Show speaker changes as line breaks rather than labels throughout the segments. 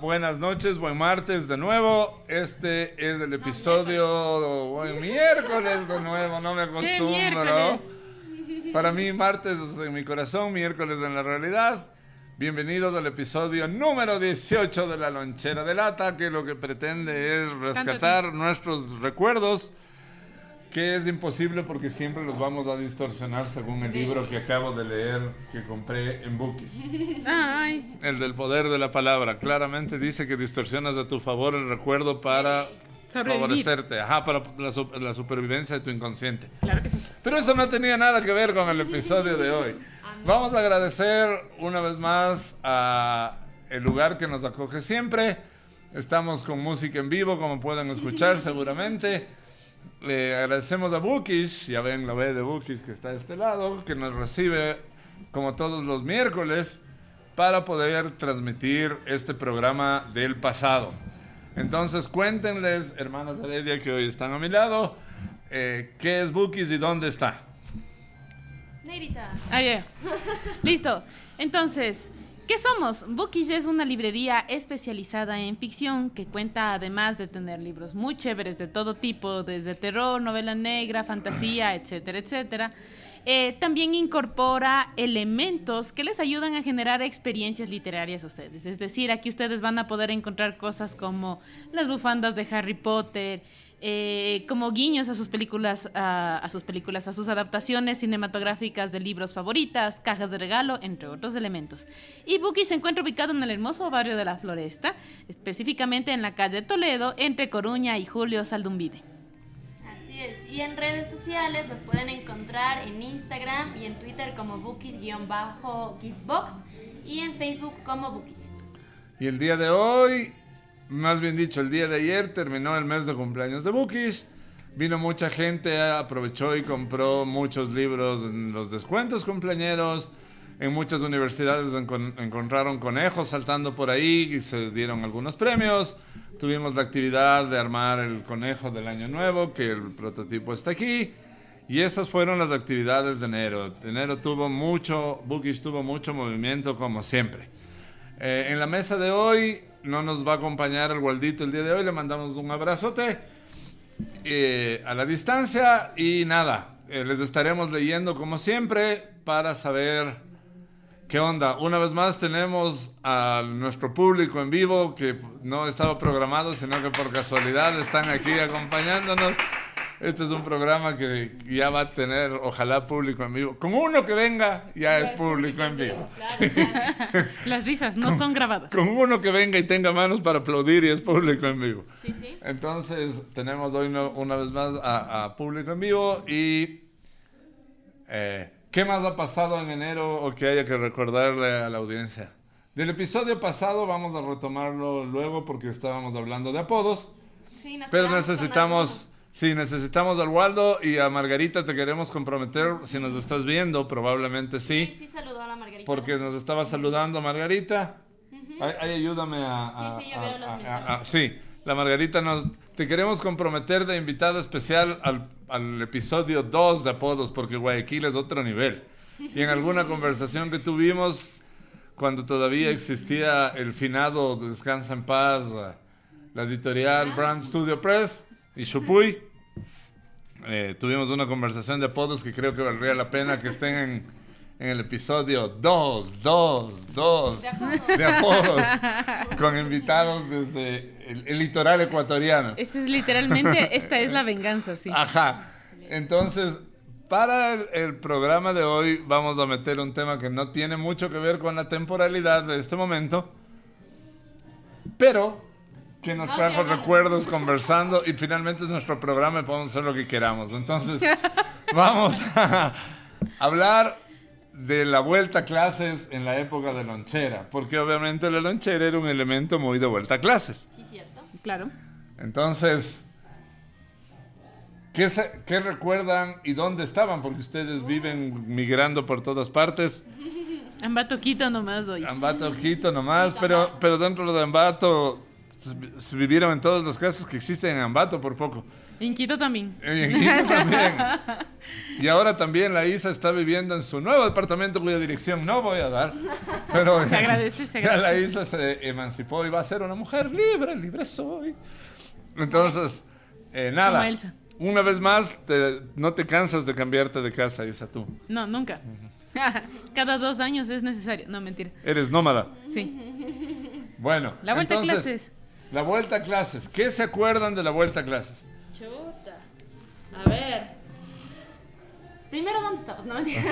Buenas noches, buen martes de nuevo. Este es el episodio buen miércoles de nuevo, no me acostumbro. Para mí martes es en mi corazón, miércoles en la realidad. Bienvenidos al episodio número 18 de La Lonchera de Lata, que lo que pretende es rescatar nuestros recuerdos, que es imposible porque siempre los vamos a distorsionar según el libro que acabo de leer, que compré en Bookies.
Ay,
El del poder de la palabra. Claramente dice que distorsionas a tu favor el recuerdo para
Sobrevivir.
favorecerte. Ajá, para la, su- la supervivencia de tu inconsciente.
claro que sí.
Pero eso no tenía nada que ver con el episodio de hoy. Vamos a agradecer una vez más a el lugar que nos acoge siempre. Estamos con música en vivo, como pueden escuchar seguramente. Le agradecemos a Bookish, ya ven la B de Bookish que está a este lado, que nos recibe como todos los miércoles para poder transmitir este programa del pasado. Entonces cuéntenles, hermanas Heredia, que hoy están a mi lado, eh, qué es Bookies y dónde está.
Negrita.
Ay, ay. Listo. Entonces, ¿qué somos? Bookies es una librería especializada en ficción que cuenta, además de tener libros muy chéveres de todo tipo, desde terror, novela negra, fantasía, etcétera, etcétera. eh, también incorpora elementos que les ayudan a generar experiencias literarias a ustedes. Es decir, aquí ustedes van a poder encontrar cosas como las bufandas de Harry Potter, eh, como guiños a sus películas, a, a sus películas, a sus adaptaciones cinematográficas de libros favoritas, cajas de regalo, entre otros elementos. Y Buki se encuentra ubicado en el hermoso barrio de la Floresta, específicamente en la calle Toledo, entre Coruña y Julio Saldumbide.
Así es. Y en redes sociales nos pueden encontrar en Instagram y en Twitter como Bookies-Giftbox y en Facebook como Bookies.
Y el día de hoy, más bien dicho, el día de ayer terminó el mes de cumpleaños de Bookish. Vino mucha gente, aprovechó y compró muchos libros en los descuentos cumpleañeros. En muchas universidades encon- encontraron conejos saltando por ahí y se dieron algunos premios. Tuvimos la actividad de armar el conejo del año nuevo, que el prototipo está aquí. Y esas fueron las actividades de enero. Enero tuvo mucho, Bookish tuvo mucho movimiento como siempre. Eh, en la mesa de hoy no nos va a acompañar el Gualdito el día de hoy. Le mandamos un abrazote eh, a la distancia y nada, eh, les estaremos leyendo como siempre para saber qué onda. Una vez más tenemos a nuestro público en vivo que no estaba programado, sino que por casualidad están aquí acompañándonos. Este es un programa que ya va a tener, ojalá, público en vivo. Con uno que venga, ya, es público en vivo.
Claro, claro.
Las risas no son grabadas.
Con uno que venga y tenga manos para aplaudir y es público en vivo.
Sí, sí.
Entonces, tenemos hoy no- una vez más a, a público en vivo y... eh, ¿Qué más ha pasado en enero o que haya que recordarle a la audiencia? Del episodio pasado vamos a retomarlo luego porque estábamos hablando de apodos,
Sí, nos
pero
quedamos con
necesitamos... Sí, necesitamos al Waldo y a Margarita te queremos comprometer, si nos estás viendo, probablemente
algo.
sí,
Sí, sí, saludó a la Margarita.
porque nos estaba saludando Margarita. Ay, ay, ayúdame a... a-
Sí, sí, yo
a-
veo los
a-
mensajes.
a- a- sí, la Margarita nos... Te queremos comprometer de invitada especial al, al episodio 2 de Apodos, porque Guayaquil es otro nivel. Y en alguna conversación que tuvimos, cuando todavía existía el finado Descansa en Paz, la editorial Brand Studio Press y Chupuy, eh, tuvimos una conversación de apodos que creo que valdría la pena que estén en, en el episodio 2, 2, 2
De acuerdo.
de apodos con invitados desde el, el litoral ecuatoriano.
Esa es literalmente, esta es la venganza, sí.
Ah. Ajá. Entonces, para el, el programa de hoy vamos a meter un tema que no tiene mucho que ver con la temporalidad de este momento, pero que nos
No,
trajo
pero no.
recuerdos conversando y finalmente es nuestro programa y podemos hacer lo que queramos. Entonces, vamos a hablar de la vuelta a clases en la época de lonchera, porque obviamente la lonchera era un elemento muy de vuelta a clases.
Sí, cierto.
Claro.
Entonces, ¿qué, se- qué recuerdan y dónde estaban? Porque ustedes viven migrando por todas partes.
Ambato Quito nomás hoy.
Ah. Ambato, Quito nomás, pero, pero dentro de Ambato s- s- vivieron en todas las casas que existen en Ambato por poco.
En Quito también.
Eh, en Quito también. Y ahora también la Isa está viviendo en su nuevo departamento cuya dirección no voy a dar. Pero
Se agradece, se
ya la
agradece.
Isa se emancipó y va a ser una mujer libre, libre soy. Entonces, eh, nada.
Como Elsa.
Una vez más, te- no te cansas de cambiarte de casa, Isa, tú.
No, nunca. Cada dos años es necesario. No, mentira.
Eres nómada.
Sí.
Bueno.
La vuelta
entonces,
a clases.
La vuelta a clases. ¿Qué se acuerdan de la vuelta a clases?
Chuta. A ver. Primero, ¿dónde estabas? No mentira.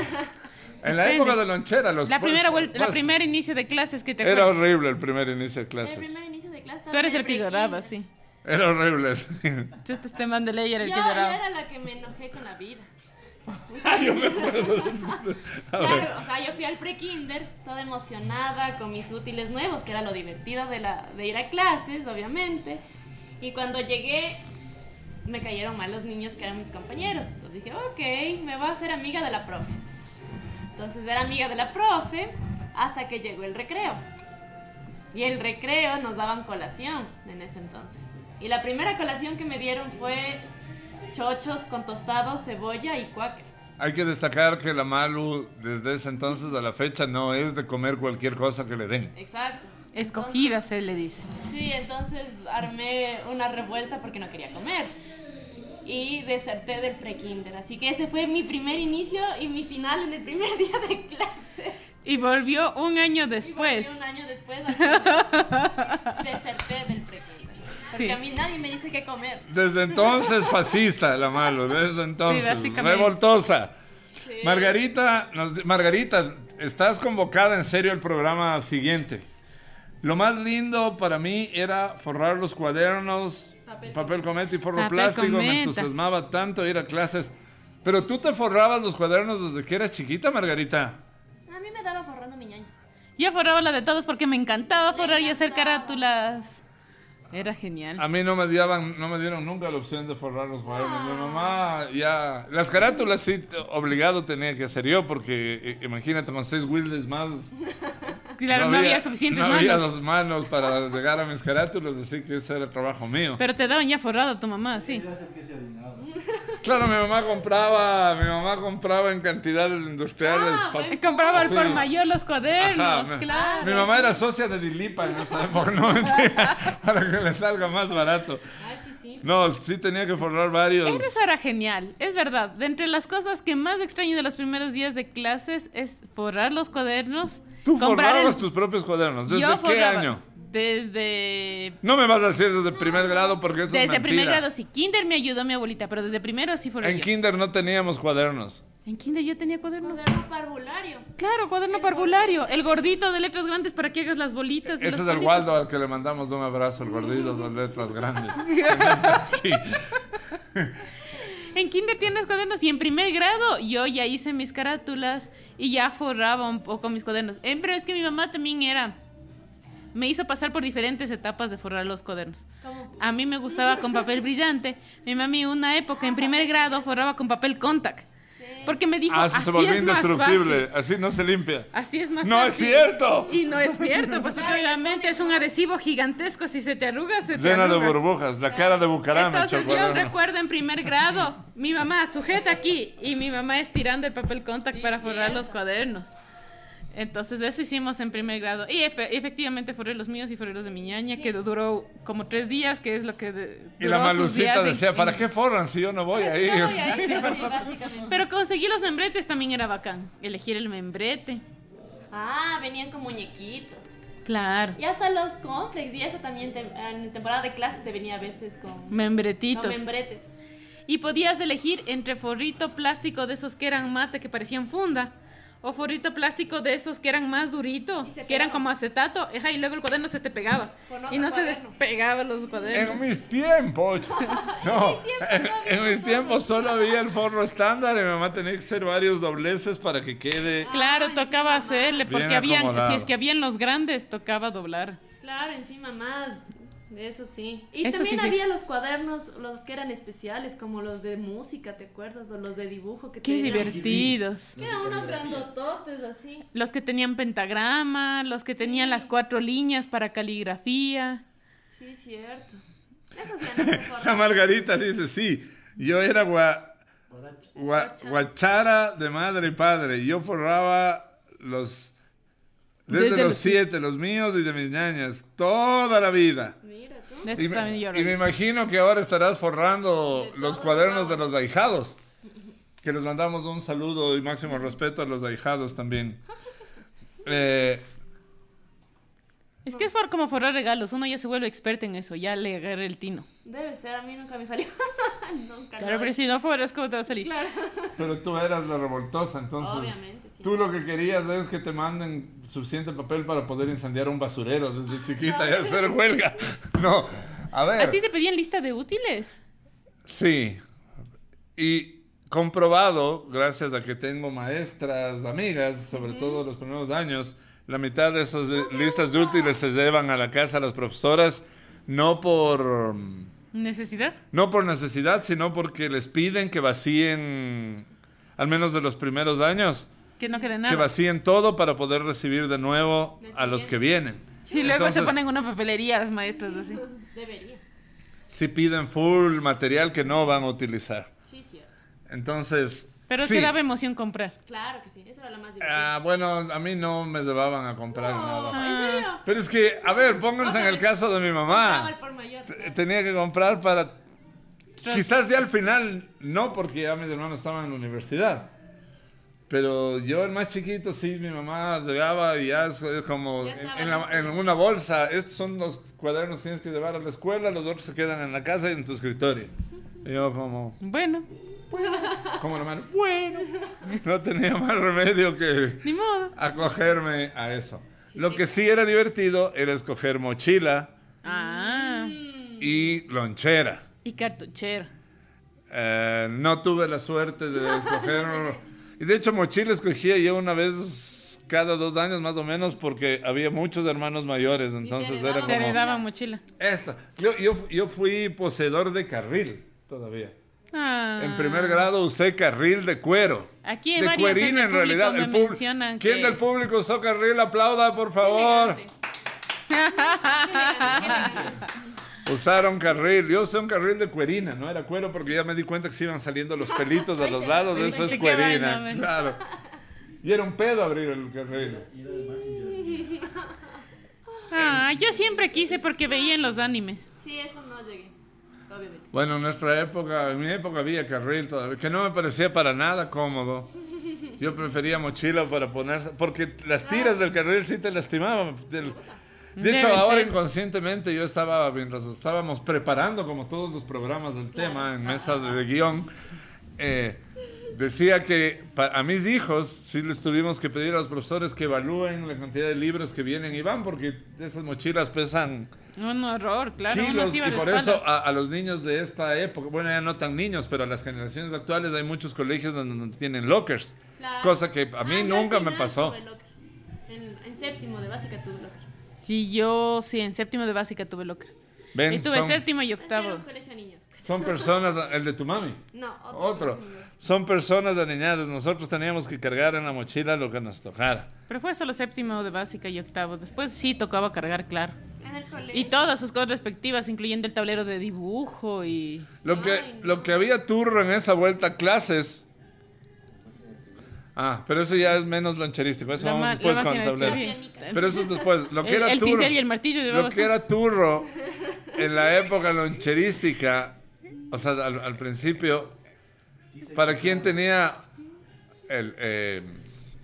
En la
Depende.
época de lonchera, los
La
pues-
primera vuelta, la
pues,
primera inicio de clases que te
Era
acuerdas.
horrible el primer inicio de
El primer
clases.
inicio de clase.
Tú eres el que
pre-kinder.
lloraba, sí.
Era horrible. sí.
Yo te este man de ley era
Yo,
el
yo
que lloraba.
era la que me enojé con la vida.
Yo me acuerdo de eso. A ver.
Claro, o sea, yo fui al pre-kinder toda emocionada con mis útiles nuevos, que era lo divertido de, la, de ir a clases, obviamente. Y cuando llegué, me cayeron mal los niños que eran mis compañeros. Entonces dije, ok, me voy a hacer amiga de la profe. Entonces era amiga de la profe hasta que llegó el recreo. Y el recreo nos daban colación en ese entonces. Y la primera colación que me dieron fue chochos con tostados, cebolla y cuáquer.
Hay que destacar que la Malu, desde ese entonces a la fecha, no es de comer cualquier cosa que le den.
Exacto.
Escogida se le dice.
Sí, entonces armé una revuelta porque no quería comer. Y deserté del prekinder. Así que ese fue mi primer inicio y mi final en el primer día de clase.
Y volvió un año
Y
después.
volví un año después al kinder. deserté del prekinder. Porque
Sí.
a mí nadie me dice qué comer.
Desde entonces fascista la Malu, desde entonces
básicamente.
revoltosa.
Sí.
Margarita, nos di- Margarita, estás convocada en serio al programa siguiente. Lo más lindo para mí era forrar los cuadernos,
Papel
papel, cometa y forro
Papel
plástico.
cometa.
Me entusiasmaba tanto ir a clases. Pero tú te forrabas los cuadernos desde que eras chiquita, Margarita.
A mí me daba forrando mi ñaño.
Yo forraba la de todos porque me encantaba
Me
forrar y hacer
encantaba.
carátulas. Era genial.
A mí no me, daban, no me dieron nunca la opción de forrar los cuadernos. Mi mamá ya... Las carátulas sí, t- obligado tenía que hacer yo, porque eh, imagínate con seis Weasleys más...
Claro, no, había, suficientes
Ah, no había
manos.
dos manos para llegar a mis carátulas, así que ese era el trabajo mío.
Pero te daban ya forrado tu mamá, sí.
Era el que se orinaba.
Claro, mi mamá compraba, mi mamá compraba en cantidades industriales.
Ah,
pa-
bueno.
Compraba al
Sí.
por mayor los cuadernos,
Ajá, mi-
claro.
Mi mamá era socia de Dilipa en esa época, no mentira, para que le salga más barato.
Ay, sí, sí.
No, sí tenía que forrar varios.
Eso era genial, es verdad. De entre las cosas que más extraño de los primeros días de clases es forrar los cuadernos.
Tú
comprar el-
forrabas tus propios cuadernos. ¿Desde
Yo
qué
forraba-
año?
Desde...
No me vas a decir desde primer grado porque eso es
Desde primer
mentira.
grado sí. Kinder me ayudó mi abuelita, pero desde primero sí forré
En
yo.
kinder no teníamos cuadernos.
En kinder yo tenía cuaderno.
Cuaderno parvulario.
Claro, cuaderno parvulario. El gordito de letras grandes para que hagas las bolitas. y
Ese
los
es el
palitos.
Waldo al que le mandamos un abrazo, el gordito de letras grandes. que no está aquí.
En kinder tienes cuadernos y en primer grado yo ya hice mis carátulas y ya forraba un poco mis cuadernos. Eh, pero es que mi mamá también era... Me hizo pasar por diferentes etapas de forrar los cuadernos.
Como
A mí me gustaba con papel brillante. Mi mami una época en primer grado forraba con papel contact. Porque me dijo,
Ah,
así,
se, se volvió
es más fácil. Ah,
indestructible. Así no se limpia.
Así es más
¡No es
fácil".
cierto!
Y no es cierto, pues porque obviamente es un adhesivo gigantesco. Si se te arruga, se te
Llena de
arruga.
burbujas. La cara de Bucaramanga.
Entonces yo recuerdo en primer grado, mi mamá sujeta aquí y mi mamá estirando el papel contact para forrar los cuadernos. Entonces eso hicimos en primer grado. Y efe- efectivamente forré los míos y forré los de mi ñaña, que duró como tres días, que es lo que de-
Y la
duró sus
malucita
días en-
decía, ¿para
en-
qué forran si yo no voy ahí?
No voy a ir, sí,
por favor.
básicamente.
Pero conseguir los membretes también era bacán. Elegir el membrete.
Ah, venían con muñequitos.
Claro.
Y hasta los conflex y eso también te- en temporada de clases te venía a veces con, con
Membretitos.
membretes.
Y podías elegir entre forrito plástico de esos que eran mate, que parecían funda, o forrito plástico de esos que eran más durito,
Y se
que eran
pegaba.
como acetato, ajá, y luego el cuaderno se te pegaba.
Con otro
Y no se
cuaderno.
despegaba los
En
cuadernos.
mis tiempos. No, en, en mis
forro.
tiempos solo había el forro estándar y mi mamá tenía que hacer varios dobleces para que quede.
Claro,
Ah,
tocaba
encima
hacerle,
Bien
porque habían,
acomodado.
si es que habían los grandes, tocaba doblar.
pues, Claro, encima más. Eso sí. Y
Eso
también
sí, sí.
había los cuadernos, los que eran especiales, como los de música, ¿te acuerdas? O los de dibujo que te
Qué
eran-
divertidos.
que Eran unos grandototes así.
Los que tenían pentagrama, los que tenían las cuatro líneas para caligrafía.
Sí, cierto. Eso sí, no se
La
forma.
Margarita dice, sí, yo era gua-
Guaracha.
gua- guachara de madre y padre. Yo forraba los... Desde,
Desde
los
los
siete, los míos y de mis ñañas, toda la vida.
Mira tú.
De
Y
eso
me,
también yo
y me
reí.
imagino que ahora estarás forrando
De
los
todo,
cuadernos de
vamos.
los ahijados. Que les mandamos un saludo y máximo respeto a los ahijados también. Eh,
Es que es por como forrar regalos. Uno ya se vuelve experto en eso. Ya le agarré el tino.
Debe ser, a mí nunca me salió. nunca.
Claro,
no.
pero si no forras, ¿cómo te va a salir?
Claro.
pero tú eras la revoltosa, entonces.
Obviamente, sí.
Tú lo que querías es que te manden suficiente papel para poder incendiar un basurero desde chiquita y hacer huelga. No, a ver.
¿A ti te pedían lista de útiles?
Sí. Y comprobado, gracias a que tengo maestras, amigas, sobre todo los primeros años, la mitad de esas de- listas de útiles se llevan a la casa a las profesoras, no por,
¿Necesidad?
no por necesidad, sino porque les piden que vacíen, al menos de los primeros años,
Que no quede
que
nada.
vacíen todo para poder recibir de nuevo
Del
a los que
siguiente.
vienen.
Y luego
Entonces-
se ponen una papelería las maestras así.
Debería.
Si piden full material que no van a utilizar.
Sí, cierto.
Entonces...
Pero
sí.
te daba emoción comprar.
Claro que sí, eso era lo más divertido.
Ah, bueno, a mí no me llevaban a comprar
no,
nada.
Ah.
¿en serio?
Pero es que, a ver, pónganse en el caso de mi
Estaba el
mamá.
por mayor.
T-
claro.
Tenía que comprar para...
Tro-
Quizás ya al final no, porque ya mis hermanos estaban en la universidad. Pero yo, el más chiquito, sí, mi mamá llegaba y ya es eh, como
Ya
en,
estaba
en la-
listo.
en una bolsa. Estos son los cuadernos que tienes que llevar a la escuela, los otros se quedan en la casa y en tu escritorio. Y yo como...
Bueno,
Como la mano. Bueno. No tenía más remedio que...
ni modo.
acogerme a eso. Lo que sí era divertido era escoger mochila
Ah,
y lonchera.
y cartuchero.
Eh, no tuve la suerte de escoger. Y de hecho, mochila escogía yo una vez cada dos años más o menos porque había muchos hermanos mayores. Entonces era
heredaban.
Te
como.
heredaba mochila.
Esta. Yo, yo, yo fui poseedor de carril todavía.
Ah.
En primer grado usé carril de cuero.
Aquí en
de
varias
cuerín,
del
en realidad.
público
El
me
pub-
mencionan
¿Quién
que-
del público usó carril? Aplauda, por favor.
Elegante, elegante.
Usaron carril, yo usé un carril de cuerina, no era cuero porque ya me di cuenta que se iban saliendo los pelitos a los lados, eso es
Qué vaina,
cuerina,
men.
claro. Y era un pedo abrir el carril.
Y era de Messenger.
Ah, yo siempre quise porque veía en los animes.
Sí, eso no llegué. Obviamente.
Bueno, en nuestra época, en mi época había carril todavía, que no me parecía para nada cómodo. Yo prefería mochila para ponerse, porque las tiras del carril sí te lastimaban. del- de hecho,
Debe
ahora
ser.
inconscientemente yo estaba, mientras estábamos preparando como todos los programas del tema en mesa de, de guión, eh, decía que pa- a mis hijos sí les tuvimos que pedir a los profesores que evalúen la cantidad de libros que vienen y van, porque esas mochilas pesan
Un horror, claro. uno
kilos,
se iba
y
de
por
espaldas.
eso a, a los niños de esta época, bueno, ya no tan niños, pero a las generaciones actuales hay muchos colegios donde no tienen lockers,
Claro.
cosa que a mí
Ah, yo al
nunca me
final
pasó.
tuve locker. En, en séptimo de básica tuve locker.
ah.
Sí, yo sí, en séptimo de básica tuve loca. Y
Ven,
tuve
son,
séptimo y
Es que era
octavo.
un colegio de niños.
son personas, el de tu mami,
No,
otro,
colegio de niños.
son personas aniñadas, nosotros teníamos que cargar en la mochila lo que nos tocara.
Pero fue solo séptimo de básica y octavo. Después sí tocaba cargar, claro.
En el colegio.
Y todas sus cosas respectivas, incluyendo el tablero de dibujo y...
Lo que,
Ay, no.
lo que había turro en esa vuelta a clases. Ah, pero eso ya es menos loncherístico, eso
La
vamos
ma- la
después con el
máquina de
tablero.
escribir.
Pero eso es después, lo que
el,
era
el
turro.
cincel y el martillo
Lo
llevabas
que
tú.
era turro en la época loncherística, o sea, al, al principio, para quien tenía el eh,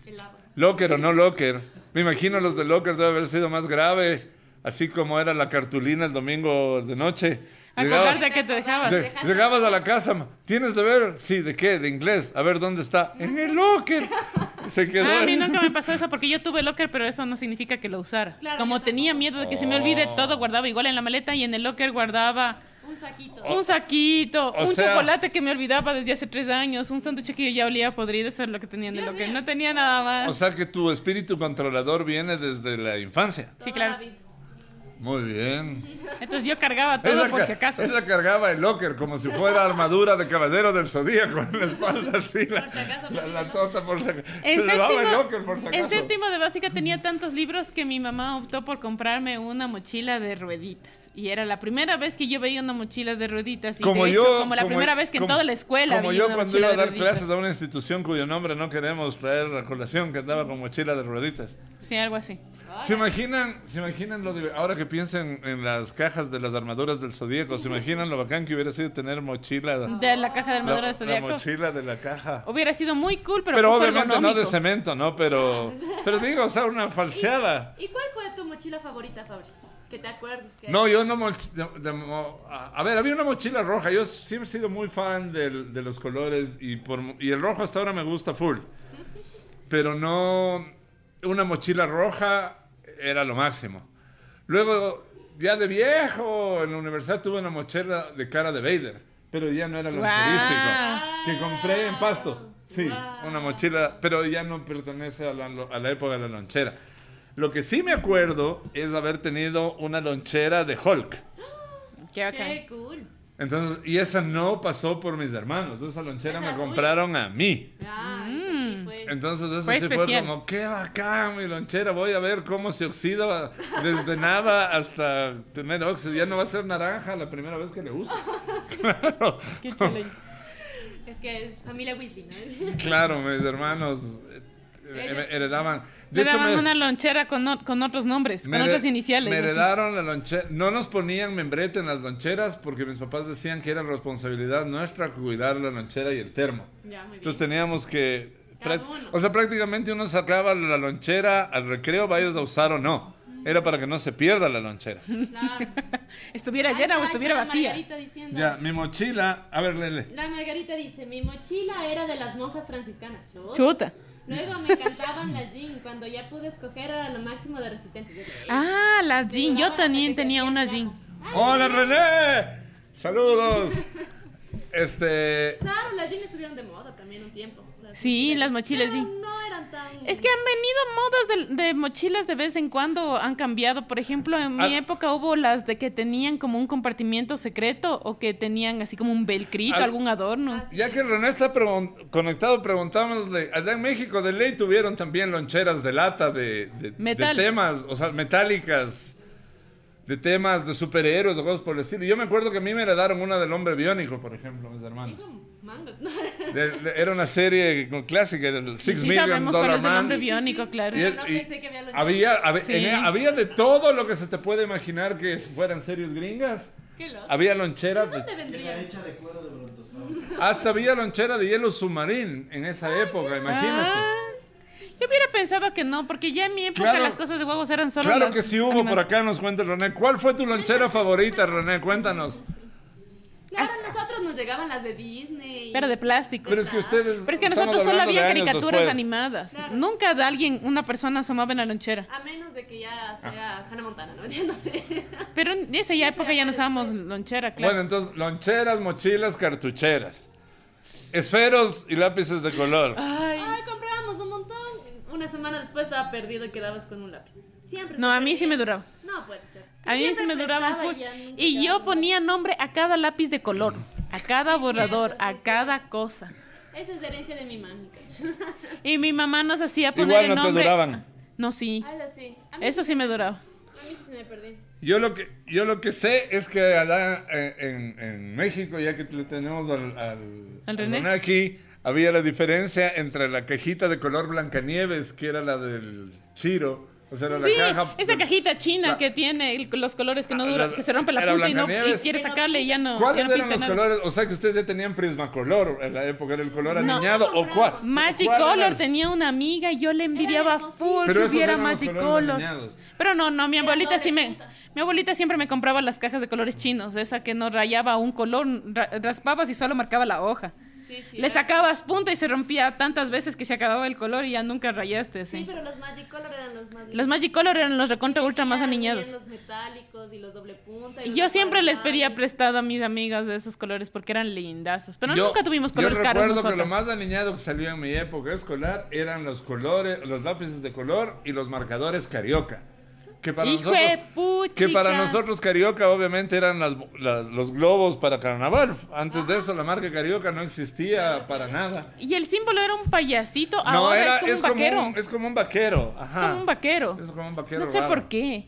El agua.
locker o no locker, me imagino los de locker debe haber sido más grave, así como era la cartulina el domingo de noche.
Acordarte a que te dejabas.
Lle- Llegabas a la casa, ma, ¿tienes deber? Sí, ¿de qué? De inglés. A ver, ¿dónde está? En el locker. Se quedó.
Ah, a mí
en-
nunca me pasó eso porque yo tuve locker, pero eso no significa que lo usara.
Claro,
Como
yo
tenía
tampoco.
miedo de que se me olvide,
Oh.
todo guardaba igual en la maleta y en el locker guardaba
Un saquito.
Oh.
un saquito,
o
un
sea-
chocolate que me olvidaba desde hace tres años, un sándwich que yo ya olía podrido, eso es lo que tenía en el
Dios
locker.
mío.
No tenía nada
O
más.
sea que tu espíritu controlador viene desde la infancia.
Toda
sí, claro.
la vida.
Muy bien.
Entonces yo cargaba todo
Esa
por
ca-
si acaso.
esa cargaba el locker como si fuera armadura de caballero del zodíaco en la espalda, así. La,
Por si acaso,
la, la
porque-
tota por si acaso. Se
En
llevaba el
séptimo-
locker por si
En
acaso.
séptimo de básica tenía tantos libros que mi mamá optó por comprarme una mochila de rueditas. Y era la primera vez que yo veía una mochila de rueditas. Y
como
de
yo.
hecho, como la
como-
primera vez que
como-
en toda la escuela
Como
vi
yo
una
cuando
mochila
iba a
de
dar
rueditas.
clases a una institución cuyo nombre no queremos traer a colación, que andaba con mochila de rueditas.
Sí, algo así.
¿Se imaginan, ¿Se imaginan lo de- ahora que piensen en las cajas de las armaduras del zodíaco? ¿Se imaginan lo bacán que hubiera sido tener mochila?
De la caja
la,
de armadura de
la
Zodíaco.
mochila de la caja.
Hubiera sido muy cool, pero,
Pero
poco
obviamente no de
ergonómico.
cemento, ¿no? Pero, pero digo, o sea, una falseada.
¿Y cuál fue tu mochila favorita, Fabri? Que te acuerdes que
No, yo no... moch- de- de mo- a a ver, había una mochila roja. Yo siempre he sido muy fan del- de los colores y, por, y el rojo hasta ahora me gusta full. Pero no... Una mochila roja era lo máximo. Luego, ya de viejo, en la universidad tuve una mochila de cara de Vader. Pero ya no era lo
Guau.
que compré en Pasto. Sí,
Wow.
una mochila, pero ya no pertenece a la, a la época de la lonchera. Lo que sí me acuerdo es haber tenido una lonchera de Hulk.
Qué bacán.
Qué cool.
Entonces, y esa no pasó por mis hermanos, esa lonchera
Esa
me
era tuya.
compraron a mí.
Ah, esa
Mm.
sí fue.
Entonces eso
Fue
sí fue
especial.
como, qué bacán mi lonchera, voy a ver cómo se oxida desde nada hasta tener óxido. Ya no va a ser naranja la primera vez que le uso.
Qué chulo.
Es que es familia Weasley, ¿no?
Claro, mis hermanos eh,
Ellos-
heredaban. De
Me
hecho,
daban
me-
una lonchera con, o- con otros nombres, con
Me
otros
hered-
iniciales.
Me
así.
heredaron la lonchera. No nos ponían membrete en las loncheras porque mis papás decían que era responsabilidad nuestra cuidar la lonchera y el termo.
Ya, muy bien.
Entonces teníamos que...
Cada
práct-
uno.
O sea, prácticamente uno sacaba la lonchera al recreo, vayas a usar o no. Era para que no se pierda la lonchera.
Claro.
Estuviera
Ahí
llena
está,
o
ahí
estuviera
está la
vacía.
Margarita diciendo-
Ya, mi mochila... A ver, Lele.
La Margarita dice, mi mochila era de las monjas franciscanas. Chuta.
Chuta.
Luego me encantaban las jean, cuando ya pude escoger era lo máximo de resistencia.
Ah, las
Me
jean. Yo
duraba
también
hasta que
tenía
se
una
hacía
jean.
flaco.
¡Hola, René! ¡Saludos! Este...
Claro, las jeans estuvieron de moda también un tiempo. Las
Sí, las mochilas
Pero
jean.
No eran tan...
Es que han venido modas de, de mochilas de vez en cuando, han cambiado. Por ejemplo, en mi
Al-
época hubo las de que tenían como un compartimiento secreto o que tenían así como un velcrito,
Al-
algún adorno.
Ah,
Ya que René está pregun- conectado, preguntámosle, allá en México de ley tuvieron también loncheras de lata de, de- de
Metal.
temas, o sea, metálicas, de temas de superhéroes o cosas por el estilo. Yo me acuerdo que a mí me heredaron una del hombre biónico, por ejemplo, mis hermanos.
Mangos, ¿no?
De- de- era una serie con- clásica, era el Six
sí
Million
sabemos cuál
Dollar
es el nombre
Man.
biónico, claro.
Y
Pero
el-
no
y
pensé que había loncheras.
había, habe-
Sí.
en- había de todo lo que se te puede imaginar que fueran series gringas.
Qué loco.
Había loncheras de
¿Dónde
Era
vendrían?
hecha de cuero de brontosaurio.
Hasta había lonchera de hielo submarín en esa época, imagínate.
Ah, yo hubiera pensado que no, porque ya en mi época
Claro.
las cosas de huevos eran solo
claro
las
que sí hubo por
animales.
acá, nos cuenta René. ¿Cuál fue tu lonchera favorita, René? Cuéntanos.
Claro, a nosotros nos llegaban las de Disney.
Pero de plástico.
Pero es que ustedes.
Ah, Pero es que
estamos
nosotros solo
hablando de
había
años
caricaturas
después.
animadas.
Claro.
Nunca de alguien, una persona asomaba en la lonchera.
A menos de que
Ah.
ya sea Hannah Montana, ¿no? Ya no sé.
Pero en esa ya época ya no usábamos lonchera, claro.
Bueno, entonces, loncheras, mochilas, cartucheras. Esferos y lápices de color.
Ay.
Ay, comprábamos un montón. Una semana después estaba perdido y quedabas con un lápiz. Siempre.
No,
se
a mí sí
perdía.
me duraba.
No puede ser.
A mí sí
Siempre
me duraban
prestaba
full.
ya nunca
Y yo
quedaba.
ponía nombre a cada lápiz de color, a cada borrador, a cada cosa.
Esa es herencia de mi mami, cacho.
Y mi mamá nos hacía poner
Igual
el
no te
nombre.
duraban.
No, sí.
Ay, la sí. A mí
Eso sí me duraba.
A mí sí se me perdí.
Yo lo que, yo lo que sé es que allá eh, en, en México, ya que le tenemos al, al,
¿Al
al
René?
René aquí, había la diferencia entre la cajita de color Blancanieves, que era la del Chiro. O sea, era
Sí,
la caja.
esa cajita china
la-
que tiene el- los colores que no
Ah,
duran,
la-
que se rompe la
era
punta y, no, y
Blancanieves.
quiere sacarle y ya no.
¿Cuáles
ya no
eran los
pinta nada.
colores? O sea, que ustedes ya tenían prismacolor en la época, era el color
No.
aniñado o cuál.
Magic
¿Cuál
Color
era?
tenía una amiga y yo le envidiaba
hermosísimo.
full
Pero
que
esos
hubiera
eran los
Magic
colores
Color.
dañados.
Pero no, no, mi
Era
abuelita
doble
sí me
punta.
mi abuelita siempre me compraba las cajas de colores chinos, esa que no rayaba un color, ra- raspabas y solo marcaba la hoja.
Sí, sí.
Le
era-
sacabas punta y se rompía tantas veces que se acababa el color y ya nunca rayaste,
Sí,
sí.
pero los Magic Color eran los más.
Los Magic Color eran los recontra ultra más
Tenían- tenían
aniñados.
Los metálicos y los doble punta. y
Y
los
Yo
de
siempre les
Paraguay.
pedía prestado a mis amigas de esos colores porque eran lindazos. Pero
Yo-
nunca tuvimos colores
Yo
caros
recuerdo
nosotros.
que lo más aniñado que salió en mi época escolar eran los colores, los lápices de color y los marcadores carioca. Que para
Hijo
nosotros,
de puchica.
que para nosotros carioca obviamente eran las, las- los globos para carnaval. Antes de eso la marca carioca no existía para nada.
Y el símbolo era un payasito,
no,
ahora
era,
es como un vaquero.
un- es como un vaquero.
es
Ajá.
como un vaquero.
Es como un vaquero
No sé
raro.
por qué.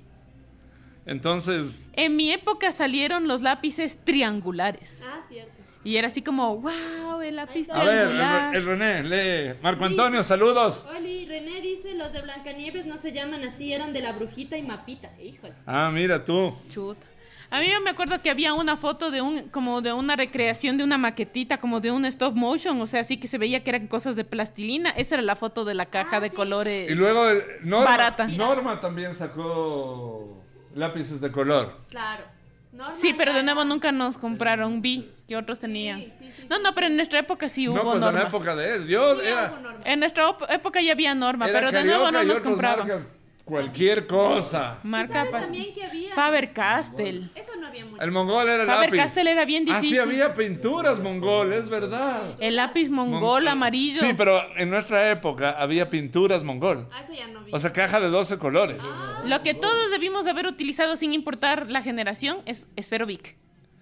Entonces,
En mi época salieron los lápices triangulares.
Ah, cierto.
Y era así como, wow, el lápiz
A
a ver, el,
triangular.
el René, lee. Marco Antonio, saludos.
Oli, René dice, los de Blancanieves no se llaman así, eran de la brujita y mapita. Híjole.
Ah, mira tú.
Chuta. A mí yo me acuerdo que había una foto de un como de una recreación de una maquetita, como de un stop motion, o sea, así que se veía que eran cosas de plastilina. Esa era la foto de la caja
Ah,
de colores.
Y luego eh, Norma,
Barata.
Norma también sacó lápices de color.
Claro. Norma
Sí, pero de
ya-
nuevo nunca nos compraron vi que otros tenían.
sí, sí,
no, no, pero en nuestra época sí hubo
no, pues en
normas.
la época de él. Yo
Sí,
era,
hubo norma.
En nuestra op- época ya había norma,
era
pero de nuevo
carioca
no
y
nos
otras
compraban.
marcas, cualquier cosa.
¿Y
Marca
sabes
pa-
también que había?
Faber-Castell.
Eso no había mucho.
El mongol era
Faber
lápiz.
Castell era bien
Ah, sí,
difícil.
había pinturas mongol, es verdad.
El lápiz mongol amarillo.
Sí, pero en nuestra época había pinturas mongol.
Ah, eso ya no vi.
O sea, caja de 12 colores.
Lo que todos debimos haber utilizado sin importar la generación es Esferovic.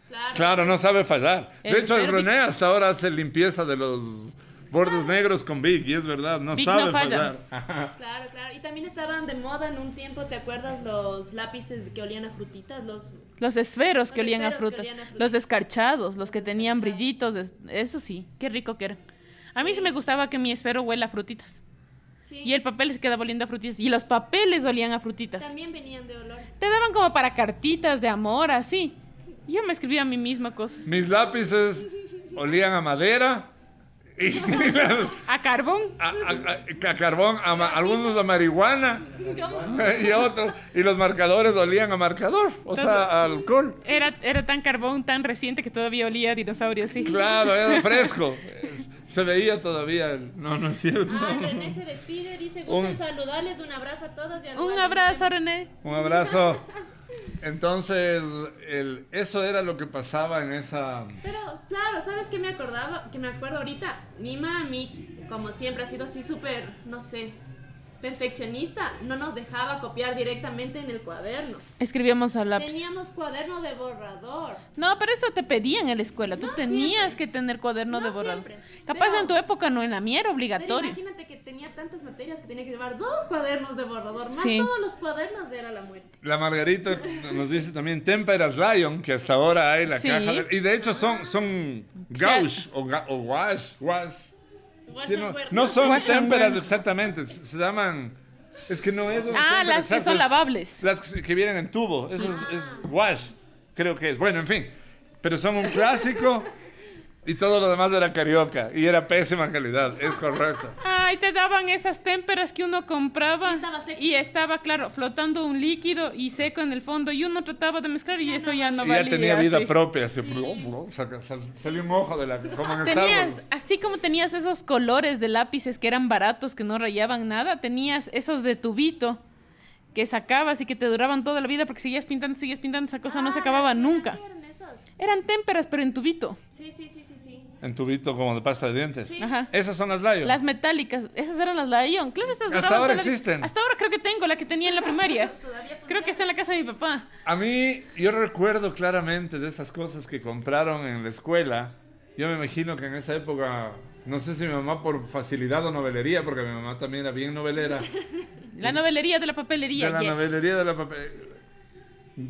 claro.
Claro, no sabe fallar.
El
De hecho, el
Ferbi-
René hasta ahora hace limpieza de los bordes negros con Big, y es verdad, no
Vic no
sabe
falla.
fallar. Ajá.
Claro, claro. Y también estaban de moda en un tiempo, ¿te acuerdas los lápices que olían a frutitas? Los...
Los esferos que
Los
olían a
esferos que
frutas.
olían a frutas.
Los descarchados, los que tenían brillitos. es- Eso sí, qué rico que era. A mí sí me gustaba que mi esfero huela a frutitas.
Sí.
Y el papel se quedaba oliendo a frutitas. Y los papeles olían a frutitas.
También venían de olores.
Te daban como para cartitas de amor, así. Yo me escribía a mí misma cosas.
Mis lápices olían a madera y
A carbón.
a, a- a- a carbón, a ma- algunos a marihuana y otros. Y los marcadores olían a marcador, o sea, a alcohol.
Era, era tan carbón, tan reciente que todavía olía a dinosaurio, sí.
Claro, era fresco. Es- Se veía todavía. el- No, no es cierto.
Ah, René se despide, dice,
Un-
gustan saludarles, un abrazo a todos. y a
Un
Osvaldo".
abrazo, René.
Un abrazo. Entonces, el- eso era lo que pasaba en esa...
Pero, claro, ¿sabes qué me acordaba? Que me acuerdo ahorita. Mi mami, como siempre, ha sido así súper, no sé, perfeccionista. No nos dejaba copiar directamente en el cuaderno.
Escribíamos a lápiz.
Teníamos cuaderno de borrador.
No, pero eso te pedían en la escuela. Tú tenías que tener cuaderno
No
de borrador.
siempre,
Capaz
pero-
en tu época no, en la mía era
Pero
obligatorio.
imagínate que tenía tantas materias que tenía que llevar dos cuadernos de borrador, más
Sí.
todos los cuadernos era la muerte.
La Margarita nos dice también Temperas Lion, que hasta ahora hay la
Sí.
caja. de- y de hecho son, son
sea-
gauche o, ga- o wash, wash.
Guacha,
Sí, no,
muerto.
no son
Wash and
témperas
burn.
exactamente, s- se llaman... Es que no es... una
Ah,
témpera
las que
exacta,
son
es-
lavables.
Las que- que vienen en tubo, eso es, es wash, creo que es. Bueno, en fin, pero son un clásico y todo lo demás era carioca y era pésima calidad, es correcto.
Ay, te daban esas témperas que uno compraba.
Y estaba seco.
Y estaba, claro, flotando un líquido y seco en el fondo. Y uno trataba de mezclar
Ah,
y eso ya no
y ya
valía.
tenía vida
sí.
propia, se blum, blum, saca- sal- salió un ojo de la... Como en Star Wars.
Tenías, así como tenías esos colores de lápices que eran baratos, que no rayaban nada, tenías esos de tubito que sacabas y que te duraban toda la vida porque seguías pintando, seguías pintando, esa cosa no se
Ah,
acababa
sí,
nunca.
eran esos.
Eran témperas, pero en tubito.
Sí, sí, sí, sí, sí.
En tubito como de pasta de dientes.
Sí.
Ajá.
Esas son las Lion.
Las metálicas, esas eran las Lion. Claro, esas
Eh, Hasta
duraban
ahora
toda la-
existen.
Hasta ahora creo que tengo la que tenía en la primaria.
Todavía
Creo que está en la casa de mi papá.
A mí, yo recuerdo claramente de esas cosas que compraron en la escuela. Yo me imagino que en esa época, no sé si mi mamá por facilidad o novelería, porque mi mamá también era bien novelera,
La novelería de la papelería.
de la
yes.
novelería de la papel.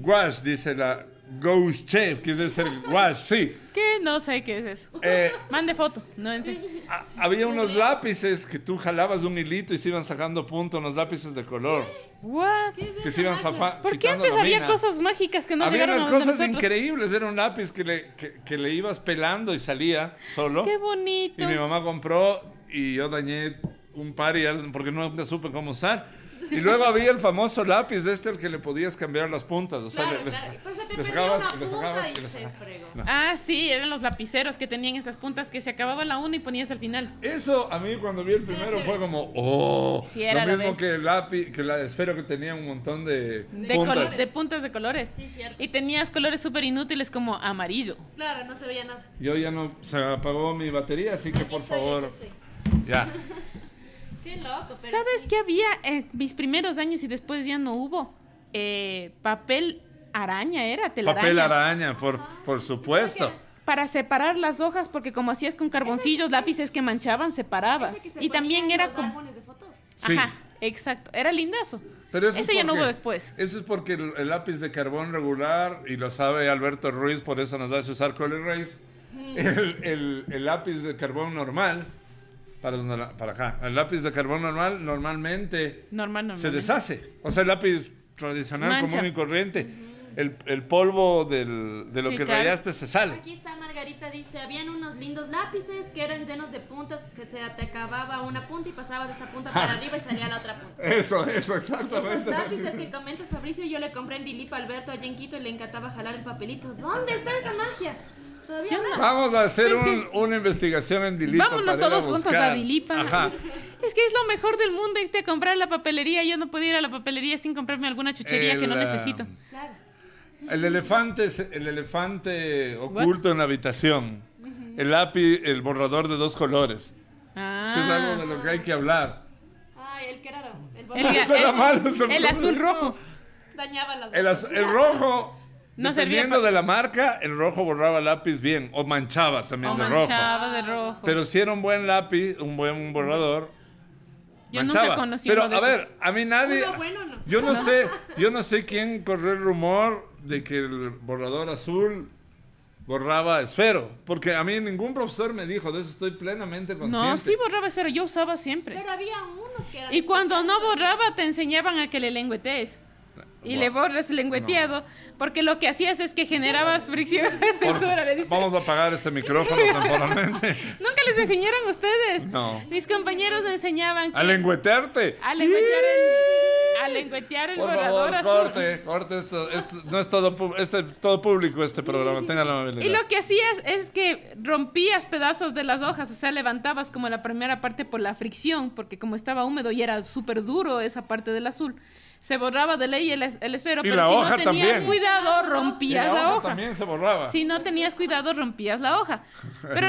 Wash, dice la Ghost Chef, que debe ser Wash, sí.
Que no sé qué es eso.
Eh,
Mande foto. No, en serio.
a- Ah, había unos lápices que tú jalabas un hilito y se iban sacando puntos, unos lápices de color,
What?
que se iban zafando.
¿Por qué antes había cosas mágicas que no
Había
llegaron
unas
a
cosas
nosotros?
increíbles, era un lápiz que le, que, que le ibas pelando y salía solo.
Qué bonito.
Y mi mamá compró y yo dañé un par y ya- porque nunca supe cómo usar. Y luego había el famoso lápiz de este al que le podías cambiar las puntas. O sea,
Claro,
le,
claro. Pues se te
le
perdió
sacabas,
una
le sacabas,
punta y
le
se
sacabas.
fregó.
No.
Ah, sí, eran los lapiceros que tenían estas puntas que se acababa la una y ponías al final.
Eso a mí cuando vi el primero fue como, oh,
Sí, era
lo
la
mismo
bestia.
que el lápiz, que la esfero que tenía un montón de,
De,
puntas.
colo- de puntas de colores.
Sí, cierto.
Y tenías colores súper inútiles como amarillo.
Claro, no se veía nada.
Yo ya no, se apagó mi batería, así que
Aquí
por
estoy, aquí
favor,
estoy.
ya.
Qué loco, pero
¿Sabes qué había en mis primeros años y después ya no hubo? eh, papel araña, era telaraña.
Papel araña, por, por supuesto.
Para separar las hojas, porque como hacías con carboncillos, lápices que manchaban, separabas.
Ese que se
y también
ponía en
era
los
como...
álbumes de fotos.
Sí.
Ajá, exacto. Era lindazo.
Pero eso es
Ese ya no
porque-
hubo después.
Eso es porque el, el lápiz de carbón regular, y lo sabe Alberto Ruiz, por eso nos hace usar Color Rays,
Mm.
el, el- el lápiz de carbón normal, para, donde la- para acá, el lápiz de carbón normal normalmente
Normal, normal.
se deshace. O sea, el lápiz tradicional,
Mancha.
común y corriente. El, el polvo del- de lo
Sí,
que
claro.
rayaste se sale.
Aquí está Margarita, dice, habían unos lindos lápices que eran llenos de puntas, se, se te acababa una punta y pasaba de esa punta para arriba y salía la otra punta.
Eso, eso,
Esos
exactamente.
lápices que comentas, Fabricio, yo le compré en Dilipa a Alberto allá en Quito y le encantaba jalar el papelito. ¿Dónde está esa magia? Todavía
Yo
no.
Vamos a hacer
Es que-
un- una investigación en Dilipa.
Vámonos
para ir a
todos juntos a
buscar.
Dilipa.
Ajá.
Es que es lo mejor del mundo irte a comprar a la papelería. Yo no puedo ir a la papelería sin comprarme alguna chuchería que no
El, ah,
necesito.
Claro.
El elefante, se- el elefante oculto en la habitación. El lápiz, el borrador de dos colores.
Ah.
Que es algo de lo que hay que hablar.
Ay, el que era el
El,
botón
Eso era
el-
malo, eso
el
no-
azul rojo.
dañaba las
El, az- el rojo,
No servía
dependiendo
pa-
de la marca, el rojo borraba lápiz bien. O manchaba también
O
de rojo.
manchaba de rojo.
Pero si era un buen lápiz, un buen borrador,
Yo
manchaba.
nunca conocí
Pero
uno de
a
esos.
ver, a mí nadie...
Uno bueno, ¿no?
Yo no sé, yo no sé quién corrió el rumor de que el borrador azul borraba esfero, porque a mí ningún profesor me dijo, de eso estoy plenamente consciente.
No, sí borraba esfero, yo usaba siempre.
Pero había unos que eran...
Y cuando no borraba, te enseñaban a que le lengüetees. Y
Guau.
le borras el lengüeteado, porque lo que hacías es que generabas fricción
Por-
censura. le dice.
Vamos a apagar este micrófono temporalmente.
Nunca les enseñaron ustedes.
No.
Mis compañeros le enseñaban que
A lengüetearte.
a lengüetear el, a lengüetear el
Por
borrador
favor,
azul.
corte, corte esto, esto no es todo, pub- este, todo público este programa, tenga la amabilidad.
Y lo que hacías es que rompías pedazos de las hojas, o sea, levantabas como la primera parte por la fricción, porque como estaba húmedo y era súper duro esa parte del azul, se borraba de ley el, es- el esfero,
Y
pero
la
si
hoja
no tenías
también.
cuidado,
Y
rompías la, hoja.
también se borraba.
Si no tenías cuidado, rompías la hoja. Pero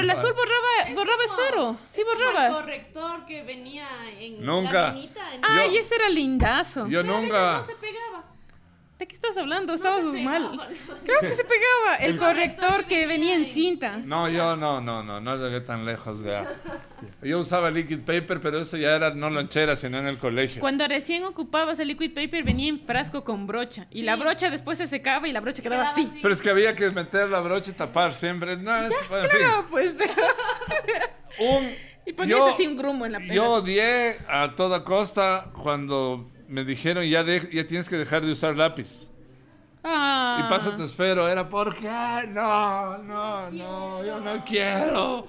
el azul borraba,
Es
borraba
como-
esfero, sí
es como El
borraba. Ah,
corrector que venía en
Nunca.
la penita, en-
Ay,
Yo-
ese era lindazo.
Yo
Pero a veces
nunca...
No se pegaba.
¿De qué estás hablando? Estabas
se pegaba,
mal.
no.
Creo que se pegaba el corrector que venía en cinta.
No, yo no, no, no, no llegué tan lejos ya. Yo usaba liquid paper, pero eso ya era no lonchera, sino en el colegio.
Cuando recién ocupabas el liquid paper venía en frasco con brocha y la brocha después se secaba y la brocha quedaba,
Quedaba
así.
así.
Pero es que había que meter la brocha y tapar siempre. No, es, bueno, en fin.
Claro, pues pero...
Un-
Y ponías así un grumo en la en
Yo
la-
odié a toda costa cuando me dijeron ya, de- ya tienes que dejar de usar lápiz.
Ah.
Y pásate esfero. Era porque, no, no, no, yo no quiero.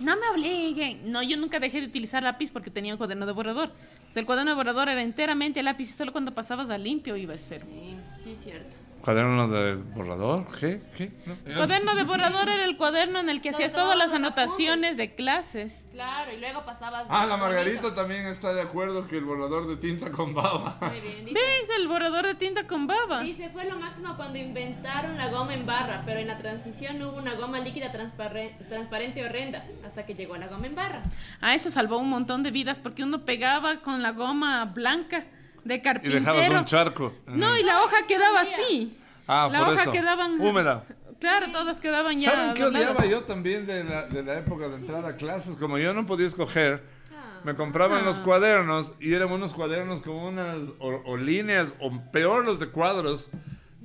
No me obliguen. No, yo nunca dejé de utilizar lápiz porque tenía un cuaderno de borrador. Entonces, el cuaderno de borrador era enteramente lápiz y solo cuando pasabas a limpio iba a esfero.
Sí, sí, cierto.
¿Cuaderno de borrador? ¿Qué? ¿Qué? No.
Cuaderno de borrador era el cuaderno en el que hacías todas las anotaciones de clases.
Claro, y luego pasabas.
Ah, la
bonito.
Margarita también está de acuerdo que el borrador de tinta con baba.
Muy bien, dice.
¿Ves? El borrador de tinta con baba.
Dice, fue lo máximo cuando inventaron la goma en barra, pero en la transición hubo una goma líquida transparre- transparente horrenda, hasta que llegó la goma en barra.
Ah, eso salvó un montón de vidas porque uno pegaba con la goma blanca de
Y
carpintero.
dejabas un charco.
No, y la hoja quedaba así.
Ah,
la
por
hoja
eso.
quedaban
Húmeda.
Claro, todas quedaban ya.
¿Saben qué
dobladas.
odiaba yo también de la, de la época de entrar a clases? Como yo no podía escoger,
Ah.
me compraban los cuadernos y eran unos cuadernos con unas o, o líneas, o peor los de cuadros,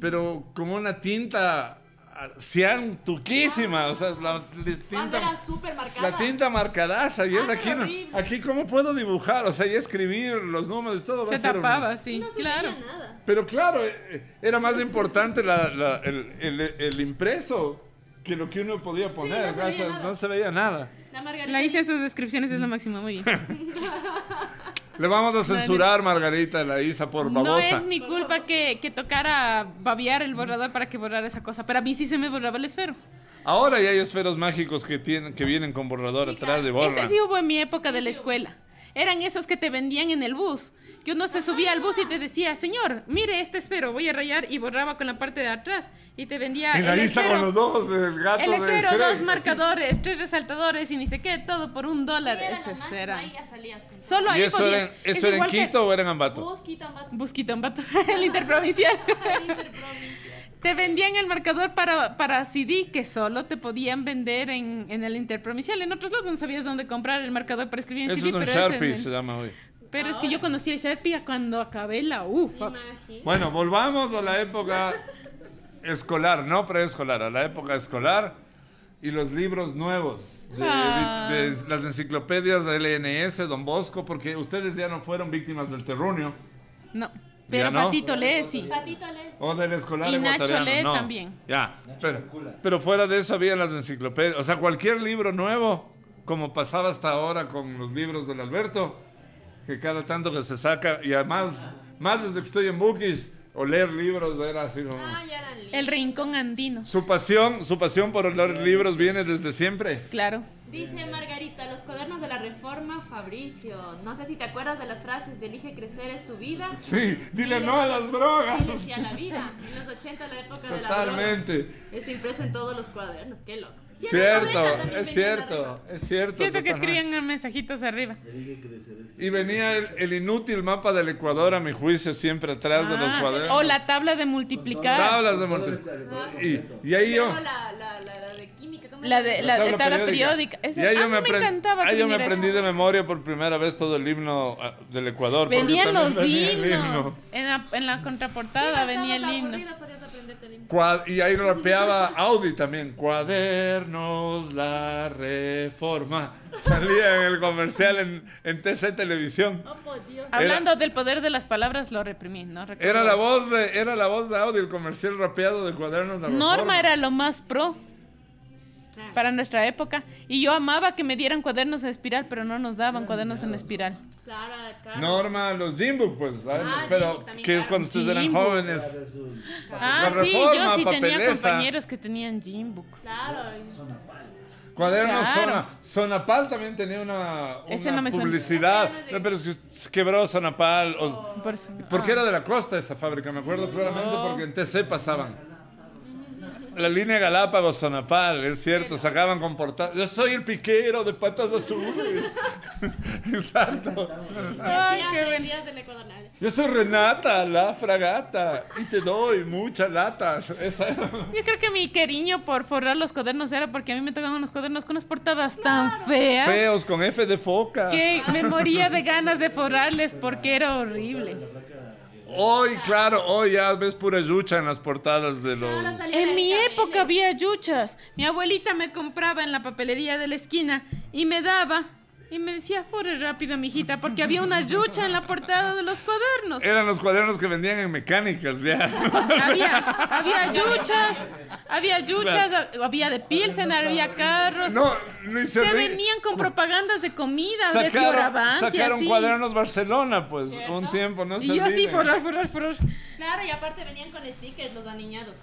pero como una tinta ah, cian tuquísima, o sea, la, la
Cuando
tinta...
era súper marcada.
La tinta marcadaza, y es
Ah,
aquí,
era
no-
horrible.
aquí cómo puedo dibujar, o sea, y escribir los números y todo va a
Se
ser un-
tapaba, sí,
No se
claro.
veía nada.
Pero claro, eh, eh, era más importante la- la- el, el- el impreso que lo que uno podía poner,
no se
¿no?
veía
Entonces,
nada.
no se veía nada.
La Margarita.
La hice sus descripciones, es lo máximo, muy bien.
Le vamos a censurar, Margarita, la Isa, por
No
babosa.
es mi culpa que, que tocara babear el borrador para que borrara esa cosa, pero a mí sí se me borraba el esfero.
Ahora ya hay esferos mágicos que, tienen, que vienen con borrador atrás de borra.
Ese sí hubo en mi época de la escuela. eran esos que te vendían en el bus. Que uno se subía al bus y te decía, señor, mire, este espero, voy a rayar y borraba con la parte de atrás. Y te vendía
En la
el
lista
esfero.
con los ojos del gato.
El
de
esfero,
Shrek,
dos
así.
marcadores, tres resaltadores y ni sé qué, todo por un dólar.
Sí, era
Ese
lo máximo,
era.
ahí ya salías con todo.
Solo
¿Y
ahí
eso
podía-
era, en-
es
eso era en
igual que-
Quito o era en Ambato?
Bus, quito, ambato.
Busquito, Ambato, el interprovincial.
Interprovincial.
Te vendían el marcador para, para CD que solo te podían vender en, en el interprovincial. En otros lados no sabías dónde comprar el marcador para escribir en
Eso
CD,
es un
pero, ese en
Sharpie,
el-
se llama hoy.
pero es que yo conocí el Sharpie cuando acabé la U. Fox.
Imagínate.
Bueno, volvamos a la época escolar, no preescolar, a la época escolar y los libros nuevos de,
Ah.
de las enciclopedias LNS, Don Bosco, porque ustedes ya no fueron víctimas del terruño
No, pero
no?
Patito lee, sí.
Patito les.
o del escolar
Y Nacho
ecuatoriano,
Lee
no.
también.
Ya,
Nacho
pero,
calcula.
pero fuera de eso había las enciclopedias, o sea, cualquier libro nuevo, como pasaba hasta ahora con los libros del Alberto, que cada tanto que se saca, y además, más desde que estoy en Bookish, o leer libros era así como...
Ah, ya eran libres.
El Rincón Andino,
Su pasión, su pasión por leer libros viene desde siempre.
claro.
Dice Margarita, los cuadernos de la reforma, Fabricio. No sé si te acuerdas de las frases de elige crecer es tu vida.
Sí, dile no a las drogas.
Dile sí a la vida. En los 80 la época de la
Totalmente.
droga. Es impreso en todos los cuadernos, qué loco. Y en los 90
Cierto,
también
es
venía la
cierto,
reforma.
es cierto.
Siento que
totalmente.
escribían mensajitos arriba.
Le dije que de ser este.
Y venía el, el inútil mapa del Ecuador, a mi juicio, siempre atrás de los
Ah,
cuadernos.
o la tabla de
Con
multiplicar.
Tabla. Tablas de
todo
mortal.
el cuadro completo.
Y, y ahí yo.
Luego la, la, la, la de química, ¿cómo
La
era?
de- la- tabla periódica. Esa-
Y ahí
a
yo
mí
me,
me
aprend-
encantaba
ahí yo me
aprender eso.
aprendí de memoria por primera vez todo el himno ah, del Ecuador. porque
Venían
también
los
venía el
himnos.
himno.
En la, en la contraportada
Estabas
venía el himno.
aburrida, podías aprenderte el himno.
Cua- Y ahí rapeaba Audi también. Cuadernos, la reforma. Salía en el comercial en, en TC Televisión.
Oh, por Dios.
Ah.
Hablando del poder de las palabras, lo reprimí, ¿no? Recuerdo
Era la
pues.
eso.
voz de, era la voz de Audi, el comercial rapeado de Cuadernos, la reforma.
Norma era lo más pro
Ah.
para nuestra época. Y yo amaba que me dieran cuadernos en espiral, pero no nos daban cuadernos en espiral.
Clara, Carlos.
Norma, los Jim Book, pues, ¿sabes?
Ah, Jim
pero
Book también,
que es
claro.
cuando ustedes eran
Jim Book.
Para
jóvenes.
ver sus-
Ah,
La
sí,
Reforma,
yo sí tenía
papeleza.
compañeros que tenían Jim Book.
Claro. y-
Son a palo.
Cuadernos
Claro.
Zona. Zonapal también tenía una,
Ese
una
no me suena.
publicidad.
Ah,
No, pero es que se quebró Zonapal. o-
Por eso-
Porque
ah.
era de la costa esa fábrica, me acuerdo claramente,
No.
porque en TC pasaban. La línea Galápagos Sonapal, es cierto, sacaban con portadas. Yo soy el piquero de patas azules. Exacto.
Ay,
Decía
qué
tres
bueno.
días del Ecuador. Nadie.
Yo soy Renata, la fragata, y te doy muchas latas. Esa era.
Yo creo que mi cariño por forrar los cuadernos era porque a mí me tocaban unos cuadernos con unas portadas tan feas
Feos con F de foca.
que me moría de ganas de forrarles porque era horrible.
La placa de-
Hoy, claro, hoy ya ves pura yucha en las portadas de los.
Ahora salía
En mi
Erika
época
Mele.
había yuchas. Mi abuelita me compraba en la papelería de la esquina y me daba. Y me decía, corre rápido, mijita, porque había una yucha en la portada de los cuadernos.
Eran los cuadernos que vendían en mecánicas ya.
Había, había yuchas, había yuchas, hab- había de Pilsen, había carros.
No, ni se
Te
ri-
venían con propagandas de comida, de
Sacaron,
Fioravanti,
sacaron
así.
cuadernos Barcelona, pues,
¿Cierto?
un tiempo, no se
Y yo así,
olviden.
forrar, forrar, forrar.
Claro, y aparte venían con stickers los aniñados.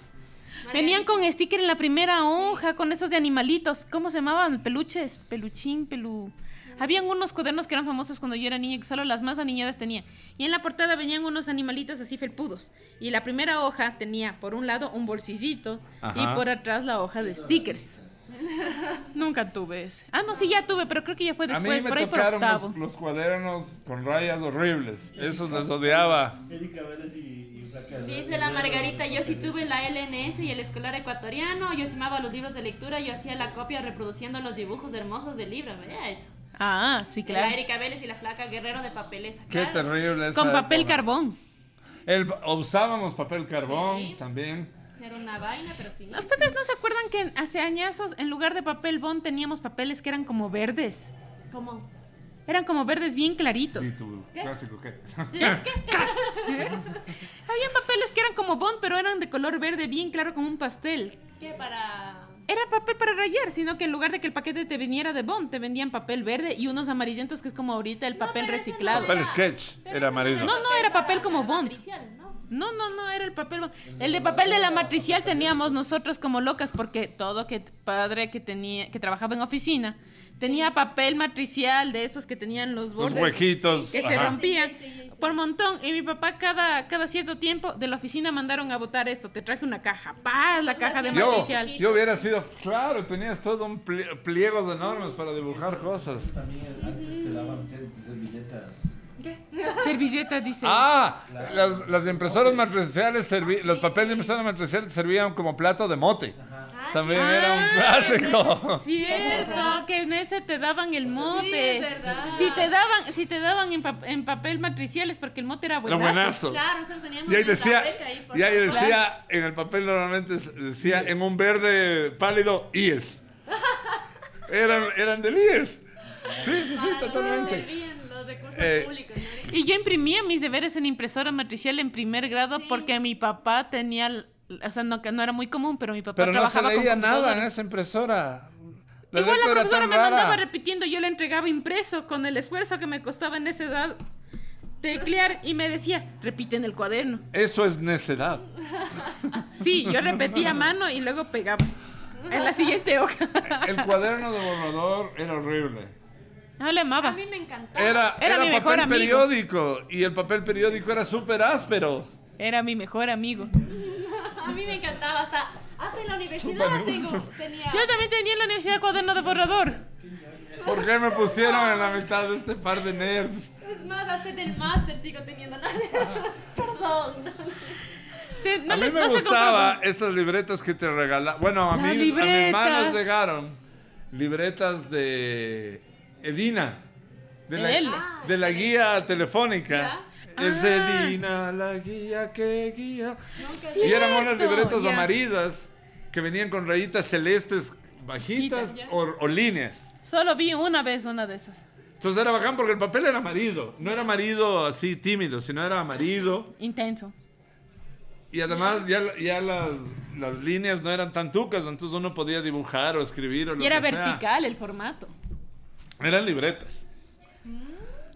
Venían con sticker en la primera hoja, con esos de animalitos. ¿Cómo se llamaban? Peluches, peluchín, pelú. Habían unos cuadernos que eran famosos cuando yo era niña, que solo las más aniñadas tenían. Y en la portada venían unos animalitos así felpudos. Y la primera hoja tenía, por un lado, un bolsillito
Ajá.
y por atrás la hoja de stickers. Nunca tuve ese. Ah, no, sí, ya tuve, pero creo que ya fue
A mí me
después, pues, por ahí por
tocaron
octavo.
los, los cuadernos con rayas horribles. Esos les odiaba.
Erika Vélez y, y placa de-
Dice la Margarita, yo sí tuve la LNS y el escolar ecuatoriano, yo sumaba los libros de lectura, yo hacía la copia reproduciendo los dibujos hermosos del libro, vea eso.
Ah, sí,
La
claro.
Erika Vélez y la flaca guerrero de papeles.
Qué terrible esa
Con papel
época.
carbón.
El- usábamos papel carbón
Sí.
también.
Era una vaina, pero sí.
¿Ustedes no se acuerdan que hace añazos en lugar de papel bond teníamos papeles que eran como verdes?
¿Cómo?
Eran como verdes bien claritos.
Y tu clásico, ¿qué?
Habían papeles que eran como bond, pero eran de color verde bien claro como un pastel.
¿Qué para...?
Era papel para rayar, sino que en lugar de que el paquete te viniera de bond, te vendían papel verde y unos amarillentos que es como ahorita el papel
pero ese no
reciclado.
era-
Papel sketch
Pero
era
eso
amarillo.
No, no, era
para-
papel como
para
Bond.
matricial, ¿no?
No, no, no, era el papel. bo- El de papel de la matricial teníamos nosotros como locas porque todo que padre que tenía que trabajaba en oficina tenía papel matricial de esos que tenían los
Los
bordes
huequitos.
que se
ajá.
rompían
Sí, sí, sí, sí.
por montón y mi papá cada cada cierto tiempo de la oficina mandaron a botar esto, te traje una caja, paz, la caja de
Yo-
matricial.
Yo hubiera sido, claro, tenías todo un plie- pliegos enormes para dibujar cosas.
También antes te daban ser- servilletas.
Servilletas dice.
Ah, las, las impresoras matriciales, servi- los papeles de impresora matricial servían como plato de mote.
Ah,
También
qué-
era un clásico.
Cierto, que en ese te daban el mote.
es verdad.
Si te daban, si te daban en, pa- en papel matricial es porque el mote era
Era
buenazo.
buenazo.
Ah, Claro, nosotros teníamos
Y ahí
nuestra
decía,
beca ahí por
y ahí
favor.
decía, en el papel normalmente s- decía en un verde pálido, IES. Eran, eran del IES. Sí, sí, sí,
Para lo que
totalmente.
servían los recursos
Eh,
públicos, ¿no?
Y yo imprimía mis deberes en impresora matricial en primer grado
Sí.
porque mi papá tenía, l- o sea, no, que no era muy común, pero mi papá
Pero no se
trabajaba
leía
con
nada en
computadores.
esa impresora. La letra
Igual la
era
profesora
tan
me
rara.
mandaba repitiendo, yo le entregaba impreso con el esfuerzo que me costaba en esa edad teclear y me decía, repite en el cuaderno.
Eso es necedad.
Sí, yo repetía a mano y luego pegaba en la siguiente hoja.
El cuaderno de borrador era horrible.
No le
A
amaba.
mí me encantaba.
Era,
Era mi
era
mejor
papel
amigo.
periódico y el papel periódico era súper áspero.
Era mi mejor amigo.
A mí me encantaba. Hasta, hasta en la
Chúpame
universidad
un-
tengo, tenía.
Yo también tenía en la universidad cuaderno de borrador.
¿Por qué me pusieron en la mitad de este par de nerds?
Es más, hasta en el máster sigo teniendo. Perdón.
Te- no
a
le-
mí me
no se
gustaba
comprobó.
estas libretas que te regalaban. Bueno, a
Las
mí, a mi mamá nos
libretas.
llegaron libretas de Edina, de la,
Él.
de la guía telefónica. Es
Ah.
Edina la guía que guía.
Nunca
Sí.
Y eran unas
Cierto,
libretas
ya.
amarillas que venían con rayitas celestes bajitas
Quitas, ya.
o, o líneas.
Solo vi una vez una de esas.
Entonces era bacán porque el papel era amarillo. No era amarillo así tímido, sino era amarillo.
Intenso.
Y además ya, ya las, las líneas no eran tan tucas, entonces uno podía dibujar o escribir o lo
Y era
que sea.
vertical el formato.
Eran libretas.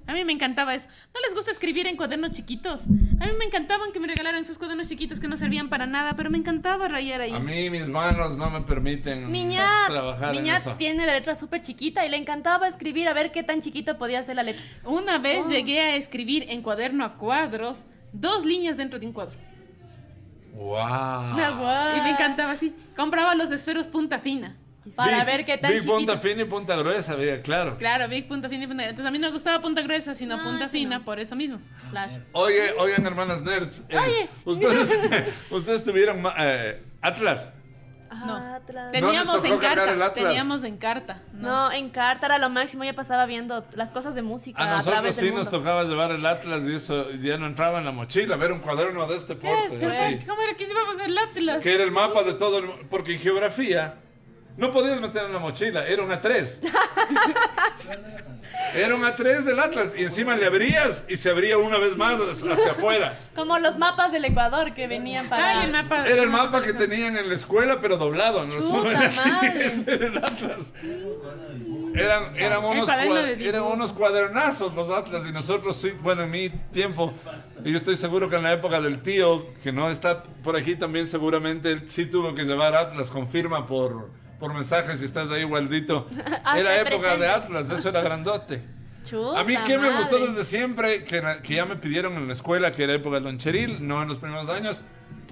A mí me encantaba eso. ¿No les gusta escribir en cuadernos chiquitos? A mí me encantaban que me regalaran esos cuadernos chiquitos que no servían para nada, pero me encantaba rayar ahí.
A mí mis manos no me permiten
Miñat,
trabajar en
Miñat
eso.
tiene la letra súper chiquita y le encantaba escribir a ver qué tan chiquita podía ser la letra.
Una
Ah.
vez llegué a escribir en cuaderno a cuadros dos líneas dentro de un cuadro.
¡Wow!
Una guay. Y me
Ah.
encantaba así. Compraba los esferos punta fina.
Para ver qué tan
Vi punta
chiquita.
fina y punta gruesa, veía, claro.
Claro, Big punta fina y punta. Entonces a mí no me gustaba punta gruesa, sino
No,
punta
ese
fina,
Ah, no.
por eso mismo.
Flash.
Oye, oigan, hermanas nerds. es-
Oye.
Ustedes, ustedes tuvieron ma- eh, Atlas.
No.
¿No
Teníamos
les
en
tocó cargar el
carta.
Atlas?
Teníamos en carta. No.
No, en carta era lo máximo, ya pasaba viendo las cosas de música.
A nosotros
través del
sí nos
mundo.
tocaba llevar el Atlas y eso ya no entraba en la mochila. Ver un cuaderno de este porte.
Pero,
así.
¿Cómo era que llevamos el Atlas?
que era el mapa de todo el mu- porque en geografía no podías meter en la mochila, era una 3. Era una 3 del Atlas y encima le abrías y se abría una vez más hacia afuera.
Como los mapas del Ecuador que venían para.
Ay, el mapa.
Era el mapa que tenían en la escuela pero doblado, no
Chuta
Era así,
madre.
eso era el Atlas.
Cuaderno de dibujo.
Eran, eran, unos
cuaderno
cua-
de dibujo.
eran unos cuadernazos los Atlas y nosotros sí, bueno, en mi tiempo, y yo estoy seguro que en la época del tío, que no está por aquí también seguramente, él sí tuvo que llevar Atlas, confirma por, por mensajes si estás ahí, Waldito.
Hazte
Era época
presente.
de Atlas, eso era grandote.
Chuta
A mí que me
madre.
gustó desde siempre, que, na- que ya me pidieron en la escuela, que era época del loncheril, no en los primeros años,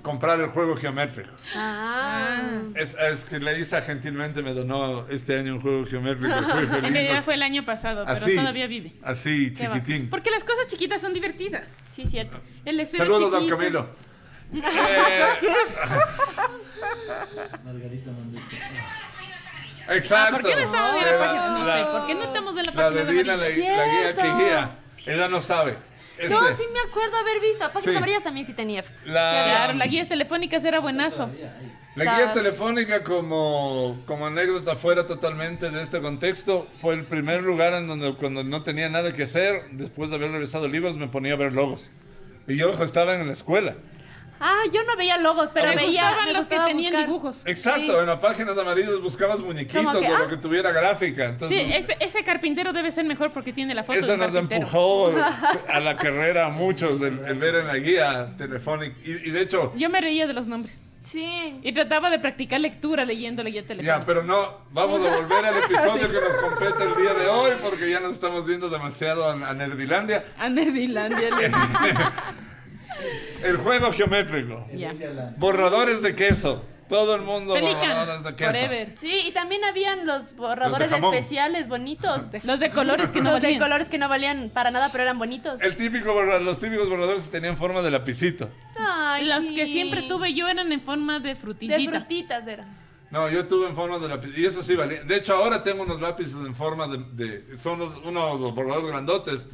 comprar el juego geométrico.
Ah.
Es, es que Leisa gentilmente me donó este año un juego geométrico. Fui
En
feliz.
realidad fue el año pasado, pero
Así,
todavía vive.
Así,
Qué va.
chiquitín.
Porque las cosas chiquitas son divertidas.
Sí, cierto.
El esfero
Saludos,
chiquito.
don Camilo. Eh,
Margarita mandó esto.
Ah,
exacto.
¿Por qué no estamos en la
Era
página? No
la-
sé, ¿por qué no estamos en la
La
página
de
de
Dina,
María?
la, la guía
Cierto.
que guía. Ella no sabe. Este,
No, sí me acuerdo haber visto. Páginas
Sí.
amarillas también sí tenía.
la,
Claro, la guía telefónica era buenazo.
Todavía hay.
la guía telefónica, como, como anécdota fuera totalmente de este contexto, fue el primer lugar en donde cuando no tenía nada que hacer, después de haber revisado libros, me ponía a ver logos. Y yo ojo, estaba en la escuela.
Ah, yo no veía logos, pero
me
veía.
gustaban
me
los que
gustaba
tenían
buscar.
dibujos.
Exacto, en las páginas amarillas buscabas muñequitos
Como que,
o lo
ah.
que tuviera gráfica.
Sí,
Entonces,
ese, ese carpintero debe ser mejor porque tiene la foto
Eso
del
nos
carpintero.
empujó a la carrera a muchos, el, el ver en la guía telefónica. Y, y de hecho,
Yo me reía de los nombres.
Sí.
Y trataba de practicar lectura leyendo la guía telefónica.
ya, pero no, vamos a volver al episodio que nos compete el día de hoy porque ya nos estamos yendo demasiado a, a Nerdilandia.
A Nerdilandia le-
El juego geométrico,
Ya.
Emilia Land.
borradores de queso, todo el mundo borradores de queso.
Pelican, forever.
Sí, y también habían los borradores
jamón.
especiales bonitos. De,
Los de colores que no
los de
valían.
colores que no valían para nada, pero eran bonitos.
El típico, borra- los típicos borradores que tenían forma de lapicito.
Ay,
Los
sí.
que siempre tuve yo eran en forma de frutillita.
De frutitas eran.
No, yo tuve en forma de lápiz. Y eso sí valía. De hecho, ahora tengo unos lápices en forma de. de- son unos, unos borradores grandotes.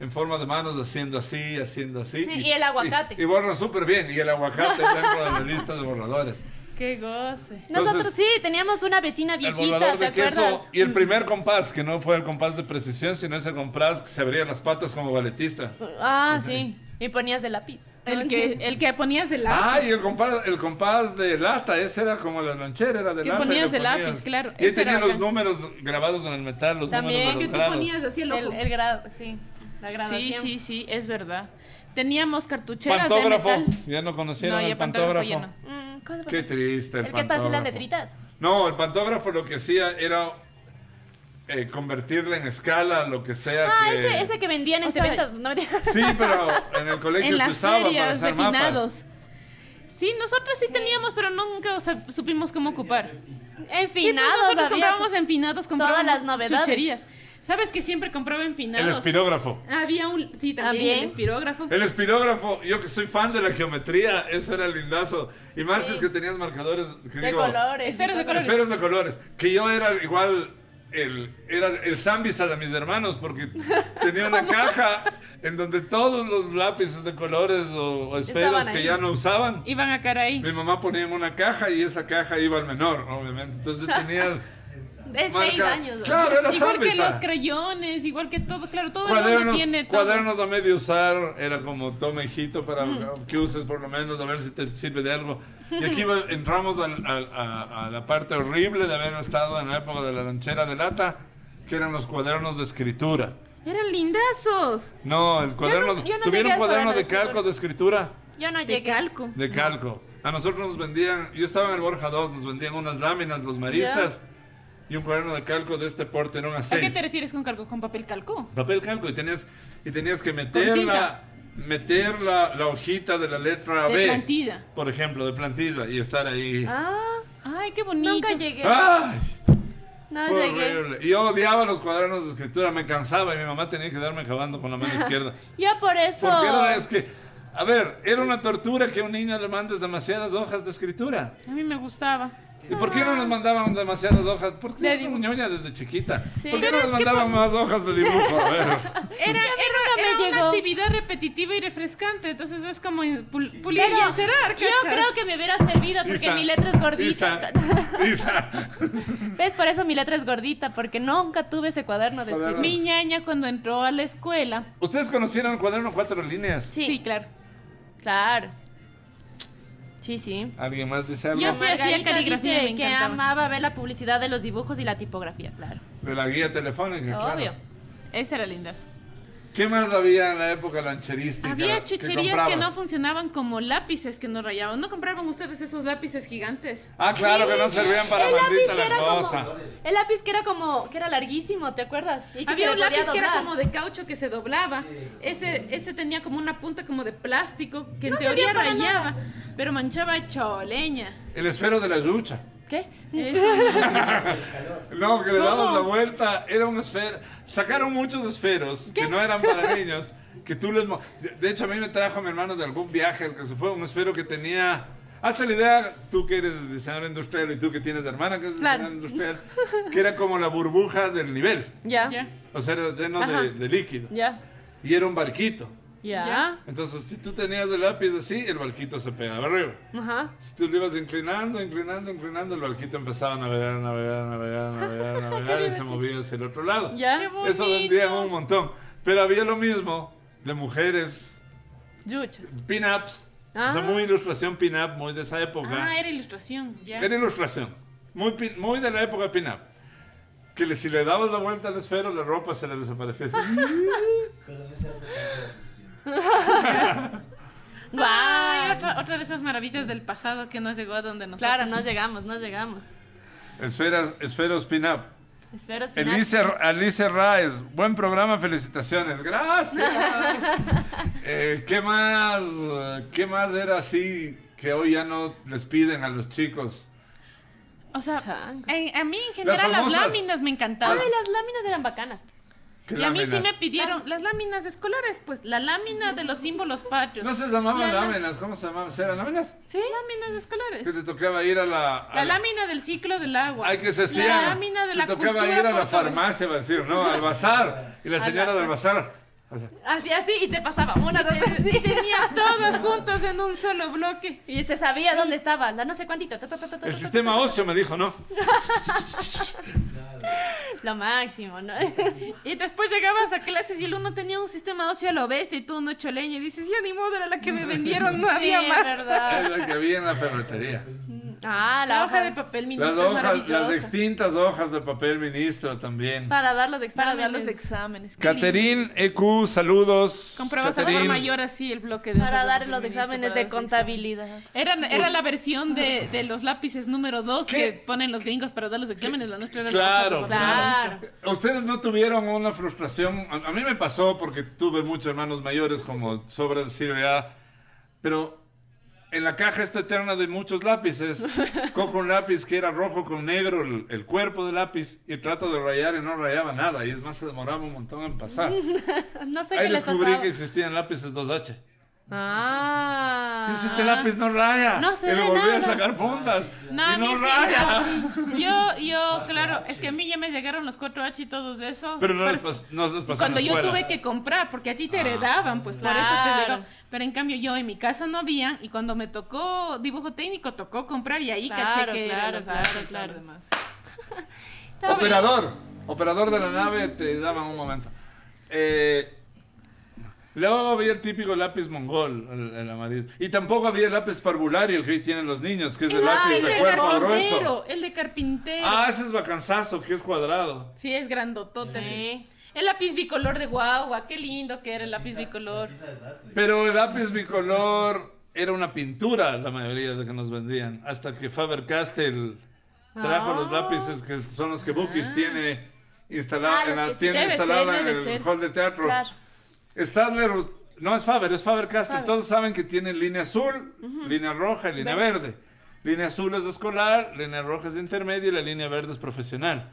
En forma de manos, haciendo así, haciendo así.
Sí, y el aguacate.
Y, y borran súper bien. Y el aguacate dentro de la lista de borradores.
Qué goce.
Nosotros
Entonces,
sí, teníamos una vecina
el
viejita,
borrador
¿te
de queso.
acuerdas?
Y
Mm.
el primer compás, que no fue el compás de precisión, sino ese compás que se abría las patas como balletista.
Ah, sí. Y ponías de lápiz.
El que, el que ponías de lápiz.
Ah, y el compás, el compás de lata, ese era como la lonchera, era de
Que
lata. y lo
ponías de lápiz, claro,
Y ahí
ese era
tenía los
bacán.
números grabados en el metal, los
También,
números de
que
los
tú
grados.
ponías así el
El,
ojo.
el grado, sí. La
sí,
graduación.
sí, sí, es verdad. Teníamos cartucheras de
Pantógrafo.
metal.
Ya no
No,
conocieron
ya
el
pantógrafo
pantógrafo.
ya no.
Mm, ¿cuál es el
Qué triste el,
El que es para
pantógrafo.
hacer las letritas.
No, el pantógrafo lo que hacía era eh, convertirle en escala lo que sea
Ah,
que...
ese, ese que vendían en
O sea,
ventas. No, mentira.
Sí, pero en el colegio se
En las
usaba para
ferias
hacer
de
mapas.
finados. Sí, nosotros sí teníamos, pero nunca o sea, supimos cómo ocupar.
en
Sí, pues
finados
nosotros
había.
comprábamos en finados, comprábamos
las novedades.
chucherías. ¿Sabes que siempre compraba en
El
finados?
espirógrafo.
Había un... Sí, también,
También.
el espirógrafo.
El espirógrafo, yo que soy fan de la geometría, eso era lindazo. Y más es que tenías marcadores que
de
digo,
colores.
esferas de
y
colores.
cosas.
Esferas de colores. Que yo era igual el, era el Zambisa de mis hermanos porque tenía una caja en donde todos los lápices de colores o, o esferas
Estaban
que
ahí.
ya no usaban.
Iban a cara ahí.
Mi mamá ponía en una caja y esa caja iba al menor, obviamente. Entonces tenía
De seis
marca-
años. ¿no?
Claro, era
Igual que los
Zambisa.
crayones, igual que todo, claro, todo el mundo
Cuadernos,
tiene todo.
cuadernos a medio usar, era como toma hijito para que uses por lo menos, a ver si te sirve de algo. Y aquí va- entramos al- al- a, a la parte horrible de haber estado en la época de la lonchera de lata, que eran los cuadernos de escritura.
Eran lindazos.
No, el cuaderno,
no- yo no llegué
tuvieron
al
cuaderno
cuaderno de
de calco de escritura,
Yo no
De
llegué.
calco.
de calco. A nosotros nos vendían, yo estaba en el Borja 2, nos vendían unas láminas, los maristas, y un cuaderno de calco de este porte, eran así.
¿A qué te refieres con calco? ¿Con papel calco?
papel calco y tenías y tenías que
Con
meter la
tinta.
meter la, la hojita de la letra
De
B
plantilla.
por ejemplo de plantilla y estar ahí
Ah,
Ay, qué bonito.
nunca llegué.
¡Ay!
no
Fue
llegué.
horrible. Y yo odiaba los cuadernos de escritura, me cansaba y mi mamá tenía que darme acabando con la mano izquierda.
Yo por eso.
Porque era, es que, a ver, era una tortura que a un niño le mandes demasiadas hojas de escritura.
A mí me gustaba.
¿Y por qué no nos mandaban demasiadas hojas? Porque
De
eres una ñoña desde chiquita.
Sí.
¿Por qué
Pero
no
es
nos
que
mandaban
por-
más hojas de dibujo? A ver.
Era, era,
me
era una
llegó.
actividad repetitiva y refrescante, entonces es como pul- pulir
Pero
y encerar,
Yo
¿cachas?
creo que me hubiera servido porque
Isa,
mi letra es gordita.
Isa, Isa.
¿Ves? Por eso mi letra es gordita, porque nunca tuve ese cuaderno de
Cuaderno.
escritura.
Mi ñaña cuando entró a la escuela...
¿Ustedes conocieron el cuaderno cuatro líneas?
Sí.
Sí, claro.
Claro. Sí, sí.
¿Alguien más dice algo?
Yo sí hacía
Margarita
caligrafía,
dice
me
que
encantaba.
amaba ver la publicidad de los dibujos y la tipografía, claro.
De la guía telefónica,
Obvio.
claro.
Esa era lindas.
¿Qué más había en la época lancherística?
Había chucherías que, no
comprabas?
funcionaban como lápices que no rayaban. ¿No compraban ustedes esos lápices gigantes?
Ah, claro, que no servían para
el lápiz
maldita
que
la
era
cosa.
como el lápiz que era como que era larguísimo, ¿te acuerdas? Y que
Había
se
un
le podía
lápiz que era
doblar.
como de caucho que se doblaba. Ese, ese tenía como una punta como de plástico que en
No
teoría
servía para
rayaba, pero manchaba choleña.
El esfero de la ducha.
¿Qué?
Eso,
No, que le
¿Cómo?
damos la vuelta. Era un esfero. Sacaron muchos esferos que no eran para niños. Que tú les. mo- De- De hecho, a mí me trajo mi hermano de algún viaje el que se fue. Un esfero que tenía. Hazte la idea, tú que eres diseñador industrial y tú que tienes hermana que es
Claro.
diseñadora industrial, que era como la burbuja del nivel.
Ya.
ya.
Ya.
O sea, era lleno
Ajá.
de, de líquido.
Ya.
Y era un barquito.
Ya.
Entonces, si tú tenías el lápiz así, el barquito se pegaba arriba.
Ajá.
Si tú lo ibas inclinando, inclinando, inclinando, el barquito empezaba a navegar, a navegar, a navegar, a navegar, a navegar y se movía hacia el otro lado.
Ya.
Qué bonito.
Eso vendían un montón. Pero había lo mismo de mujeres,
Yuchas.
pin-ups, O sea,
Ah.
muy ilustración pin-up, muy de esa época.
Ah, era ilustración, ya.
Era ilustración. Muy, pin- muy de la época pin-up. Que le- si le dabas la vuelta al esfero, la ropa se le desaparecía. así.
Pero en esa época no era suficiente.
Ay,
¡Guau!
otra, otra de esas maravillas del pasado que no llegó a donde nosotros.
Claro, no llegamos, no llegamos.
Esferas, esferos pin-up.
Espero espinar.
Alice, Alice Raes, buen programa, felicitaciones. Gracias. Eh, ¿Qué más? ¿Qué más era así que hoy ya no les piden a los chicos?
O sea,
Changos.
en- a mí en general las,
famosas.
láminas me
Ay,
encantaban.
las láminas eran bacanas.
¿Qué
y a mí sí
láminas?
me pidieron las láminas escolares, pues la lámina de los símbolos patrios.
No se llamaban
La- la-
láminas, ¿cómo se llamaban? ¿Eran láminas?
Sí, láminas escolares.
Que te tocaba ir a la... a
La lámina del ciclo del agua.
Pues, Ay, que se hacía.
La lámina de la
te tocaba
cultura
ir a la
portuguesa.
farmacia, va a decir, ¿no? Al bazar. Y la señora del bazar. o sea,
Así, así, y te pasaba una, dos, tres. sí.
Tenía todas juntas en un solo bloque.
Y se sabía dónde estaba, la no sé cuántito. ta, ta, ta, ta, ta,
El
ta, ta.
sistema óseo me dijo, ¿no?
Lo máximo, ¿no?
Y después llegabas a clases y el uno tenía un sistema óseo a lo bestia y tú un ocho leña. Y dices, ya ni modo, era la que me vendieron, no había
Sí,
más. Ah.
verdad.
Es la que había en la ferretería.
Ah,
La, hoja de papel
Las
ministro es
hojas, las
maravillosa.
extintas hojas de papel ministro también.
Para dar los exámenes.
Para dar los exámenes. qué lindo.
Caterín EQ, E saludos.
Comprabas a
Caterín.
por mayor así el bloque de hojas
Para
de
dar
papel
los
ministro,
exámenes
para
de
los exámenes.
contabilidad.
Era, era la versión de, de los lápices número 2
¿Qué?
que ponen los gringos para dar los exámenes. La nuestra era la
Claro,
hoja de papel
claro.
Claro.
Ustedes no tuvieron una frustración. A, a mí me pasó porque tuve muchos hermanos mayores, como sobra decir ya. Pero en la caja esta eterna de muchos lápices, cojo un lápiz que era rojo con negro el, el cuerpo del lápiz y trato de rayar y no rayaba nada. Y es más, se demoraba un montón en pasar.
No sé
Ahí
qué les
descubrí
pasaba.
que existían lápices 2H.
Ah.
Dice, este lápiz no raya.
No
y
se
le
ve
volví a
nada.
sacar puntas.
No,
y
a mí
no
sí,
raya.
no. Yo, yo, claro, es que a mí ya me llegaron los 4H y todos esos.
Pero no les pas- no les pasó en
Cuando
la
yo
escuela. Ah,
tuve que comprar, porque a ti te heredaban, pues por eso te
Claro.
llegó. Pero en cambio yo en mi casa no había, y cuando me tocó dibujo técnico, tocó comprar, y ahí caché
Claro,
que eran
claro,
los
claro,
H y todo
claro.
lo demás.
Está bien.
Operador, operador de la nave, te daban un momento. Eh, luego había el típico lápiz mongol, el, el amarillo. Y tampoco había el lápiz parvulario que hoy tienen los niños, que es el lápiz
Ah, El
de
de
cuerpo grueso.
carpintero, el de carpintero.
Ah, ese es bacanzazo, que es cuadrado.
Sí, es grandotote. así.
Sí.
El lápiz bicolor de guagua, qué lindo que era el lápiz bicolor.
Quizá desastre.
Pero el lápiz bicolor era una pintura, la mayoría de los que nos vendían. Hasta que Faber Castell trajo
Ah.
los lápices que son los que Bookies tiene instalado
Ah, los
en
que
la
sí.
tienda
Debe ser,
instalada en
debe
el
ser.
hall de teatro.
Claro.
Stadler, us- no es Faber, es Faber Castell. Todos saben que tiene línea azul, línea roja y línea verde. Línea azul es escolar, línea roja es intermedia y la línea verde es profesional.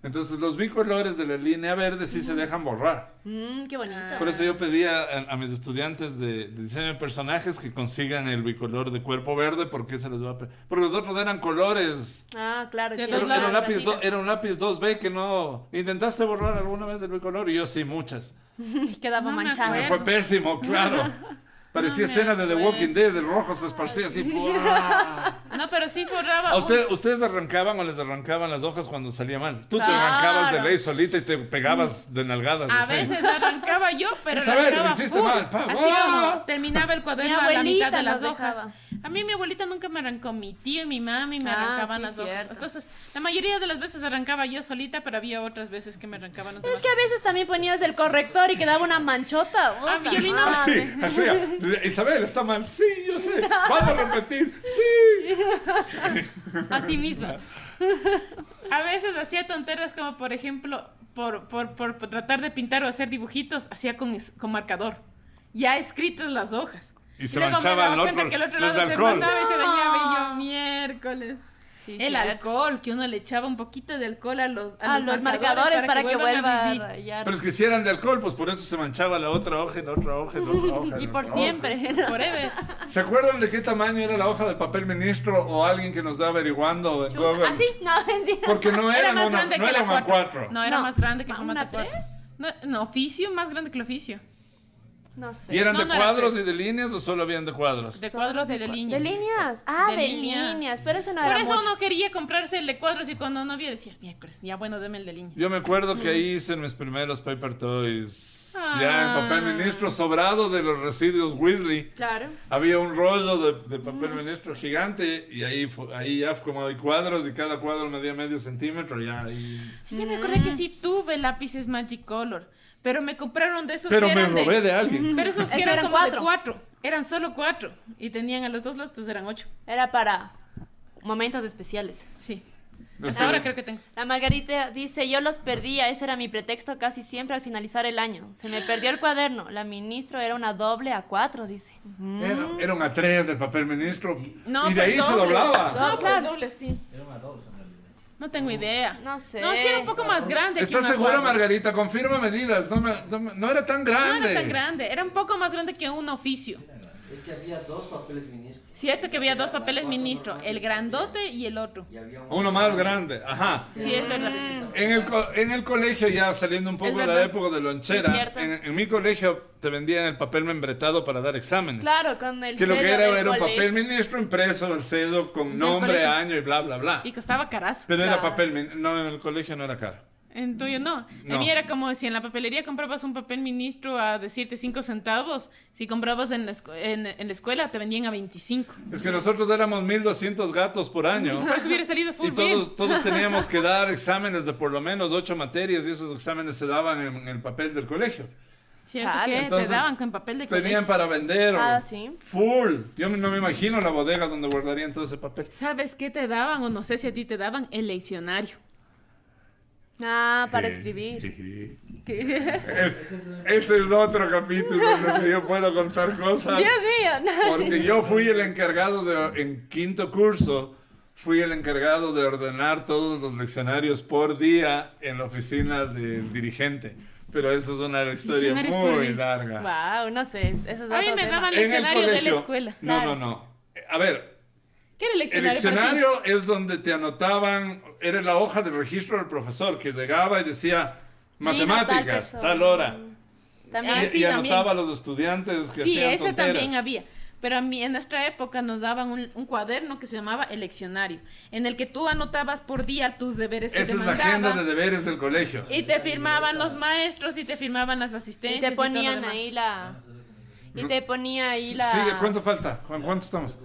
Entonces los bicolores de la línea verde sí se dejan borrar.
Mm, qué
Ah.
bonito.
Por eso yo pedía a, a mis estudiantes de, de diseño de personajes que consigan el bicolor de cuerpo verde porque se les va a... pe- Porque los otros eran colores.
Ah, claro.
De
que-
dos
Era, era un
lados,
lápiz do- era un lápiz 2B que no... ¿Intentaste borrar alguna vez el bicolor? Y yo sí, muchas.
Y Quedaba
No me
manchado.
Me
acuerdo.
fue pésimo, claro. Parecía
No me
escena de The
acuerdo.
Walking Dead, el rojo se esparcía así. ¡fua!
No, pero sí forraba.
¿A
un-
usted- ¿Ustedes arrancaban o les arrancaban las hojas cuando salía mal? Tú te
Claro.
arrancabas de ley solita y te pegabas de nalgadas.
A
así.
veces arrancaba yo, pero
Isabel,
arrancaba
Pues, hiciste
full.
mal, pa.
Así
¡Ah!
como terminaba el cuaderno
Mi
a la
abuelita
mitad de las
nos
hojas.
dejaba.
A mí mi abuelita nunca me arrancó, mi tío y mi mami me
Ah,
arrancaban
sí,
las hojas.
cierto.
Entonces, la mayoría de las veces arrancaba yo solita, pero había otras veces que me arrancaban los
Pero es
demás.
que a veces también ponías el corrector y quedaba una manchota.
Ah,
Puta
Violina.
madre.
Así, así. Isabel, está mal. Sí, yo sé. Vamos a repetir. Sí.
Así mismo.
Ah.
A veces hacía tonteras como, por ejemplo, por, por, por, por tratar de pintar o hacer dibujitos, hacía con, es- con marcador. Ya escritas las hojas.
Y se
luego me
manchaba
daba
el
cuenta
otro-
que el otro
los
lado
de
se
alcohol.
pasaba y se dañaba y yo,
No.
miércoles.
Sí,
El
cierto.
alcohol, que uno le echaba un poquito de alcohol a los,
A los marcadores para que vuelva a rayar.
Pero es que si eran de alcohol, pues por eso se manchaba la otra hoja y la otra hoja y la otra hoja.
Y
la
por
otra hoja.
siempre.
Forever.
¿Se acuerdan de qué tamaño era la hoja de papel ministro o alguien que nos da averiguando? en Google?
Así, Ah, no, mentira.
Porque no
Era
eran
más
una,
grande
no
que
eran
la
una
4.
cuatro.
No, era
No.
más grande que
¿A
la
una
formato 4. No, no, oficio más grande que el oficio.
No sé.
¿Y eran
No,
de
no era
cuadros
tres.
y de líneas o solo habían de cuadros?
De cuadros y de líneas.
¿De líneas? Ah,
De
de,
líneas.
líneas. Pero eso no
Por
era
eso
mucho.
uno quería comprarse el de cuadros y cuando no había decías miércoles. Ya bueno, deme el de líneas.
Yo me acuerdo que ahí hice mis primeros paper toys. Ya
Ah.
en papel ministro sobrado de los residuos Weasley.
Claro.
Había un rollo de, de papel ministro gigante y ahí, fu- ahí ya como hay cuadros y cada cuadro medía medio centímetro. Ya ahí-
Ya me acordé
Mm.
que sí tuve lápices Magic Color, pero me compraron de esos
Pero
que
me
eran de-
robé de alguien.
Pero esos que
Esos
eran,
eran
como de
cuatro.
cuatro. Eran solo cuatro. Y tenían a los dos lados, entonces eran ocho.
Era para momentos especiales.
Sí.
No
Hasta ahora
sé.
creo que tengo.
La Margarita dice, yo los perdía, ese era mi pretexto casi siempre al finalizar el año. Se me perdió el cuaderno, la ministro era una doble a cuatro, dice.
Era, era un A3 del papel ministro.
No,
y de
pues
ahí se
doble.
doblaba.
No, pues doble, sí.
Era una doble, en realidad.
No tengo idea.
No sé.
No, sí era un poco más grande. que
¿Estás
una
segura,
cuadra.
Margarita? Confirma medidas. No, me- no me- no era tan
No
grande.
era tan grande. Era un poco más grande que un oficio.
Es que había dos papeles ministros.
Cierto que había dos
Era la
papeles
cuatro
ministro.
normal
El grandote y el otro.
y había uno-
Uno más grande. Ajá.
Sí, es verdad.
En el, co- en el colegio, ya saliendo un poco
Es
de la
verdad.
época de
Es
lonchera,
cierto.
en, en mi colegio te vendían el papel membretado para dar exámenes.
Claro, con el
Que lo que
sello
era
del
era un
colegio.
papel ministro impreso, el sello con
Del
nombre,
colegio.
año y bla, bla, bla.
Y costaba caras.
Pero era
Claro.
papel, min- no, en el colegio no era caro.
En tuyo no.
No.
A mí era como si en la papelería comprabas un papel ministro a decirte 5 centavos. Si comprabas en la, escu- en, en la escuela, te vendían a 25.
Es que nosotros éramos 1200 gatos por año.
Por eso hubiera salido
Y
full Pues, bien.
todos, todos teníamos que dar exámenes de por lo menos ocho materias y esos exámenes se daban en, en el papel del colegio.
Cierto
Chale.
que
Entonces,
te daban con papel de
Tenían
colegio.
para vender.
Ah, sí.
Full. Yo no me imagino la bodega donde guardarían todo ese papel.
¿Sabes qué te daban? O no sé si a ti te daban el leccionario.
Ah, para escribir.
Que-
Ese es otro capítulo en el que yo puedo contar cosas.
Dios mío.
Porque yo fui el encargado de, en quinto curso, fui el encargado de ordenar todos los leccionarios por día en la oficina del dirigente. Pero esa es una historia
Leccionarios por
muy
día.
larga.
Wow, no sé. Eso es
A mí
otro
me
tema.
daban leccionario de la escuela.
No,
claro.
no, no. A ver,
¿Qué era
el
el leccionario? para ti?
diccionario es donde te anotaban, era la hoja de registro del profesor que llegaba y decía matemáticas,
persona.
tal hora.
Ah,
También.
Y,
sí,
y
también.
anotaba a los estudiantes que
Sí,
hacían
ese
tonteras.
también había. Pero a mí, en nuestra época nos daban un, un cuaderno que se llamaba el leccionario, en el que tú anotabas por día tus deberes que
Esa
te
es la
mandaban.
agenda de deberes del colegio.
Y te firmaban los maestros y te firmaban las asistencias.
Y te
todo lo
ponían
demás.
ahí
Ah,
la. Y te ponía ahí la.
Sigue, ¿cuánto falta? Juan, ¿cuánto estamos?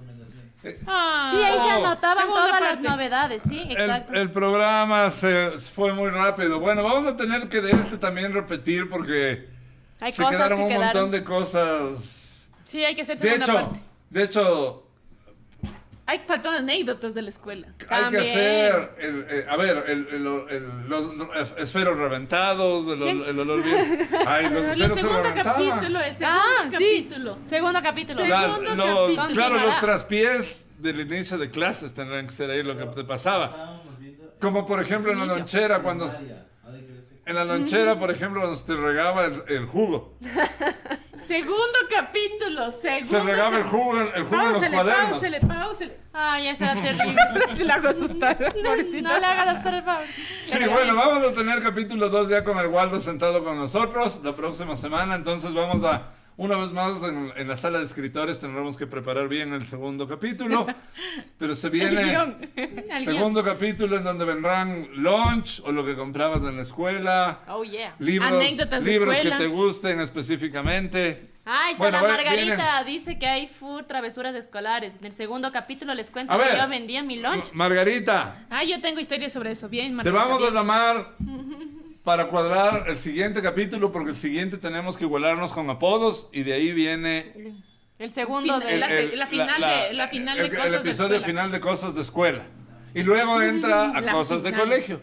Ah.
Sí, ahí se
Oh.
anotaban
Segunda
todas las
parte.
novedades, sí,
El,
exacto.
el programa se, se fue muy rápido. Bueno, vamos a tener que de este también repetir porque
Hay
se
cosas
quedaron
que
un
quedaron.
montón de cosas.
Sí, hay que hacer
De
segunda
hecho,
parte.
de hecho,
Hay faltó anécdotas de la escuela.
Hay que
También.
hacer, el- eh, a ver, el- el- el- los los esferos reventados, el, ol-
¿Quién?
el olor bien. Ay, los
El
esferos se
segundo
reventaban.
capítulo, el segundo
Ah, sí.
capítulo.
Segundo capítulo.
Sí.
Las-
segundo
los-
capítulo.
claro, los
Continuará.
traspiés del inicio de clases tendrán que ser ahí lo que te pasaba.
Estábamos viendo el
Como por ejemplo en la
Inicio.
lonchera, cuando
primaria. Ahora hay que ver sexo.
en la lonchera, por ejemplo, cuando se te regaba el, el jugo.
Segundo capítulo, segundo.
Se regaba el jugo, en- el jugo en los
Páusele,
cuadernos.
páusele, páusele.
Ay, eso era terrible.
Se la hago asustar.
no le hagas hasta el favor.
Sí, bueno, vamos a tener capítulo 2 ya con el Waldo sentado con nosotros la próxima semana. Entonces vamos a, una vez más, en, en la sala de escritores tendremos que preparar bien el segundo capítulo. Pero se viene
Al guión.
segundo capítulo en donde vendrán lunch o lo que comprabas en la escuela.
Oh, yeah.
Libros,
Anécdotas de
libros que
escuela.
te gusten específicamente.
Ah, está
Bueno,
la
ve-
Margarita, dice que hay full travesuras escolares. En el segundo capítulo les cuento
A
que
ver.
yo vendía mi lunch.
Margarita,
Ah, yo tengo historias sobre eso. Bien,
Te
Margarita,
vamos a
bien.
llamar para cuadrar el siguiente capítulo porque el siguiente tenemos que igualarnos con apodos y de ahí viene
El segundo
Fin-
de.
el-
la-
el-
la final de- la final de
el- el
cosas de
episodio
escuela.
final de cosas de escuela. Y luego entra a
La
cosas de
final.
colegio.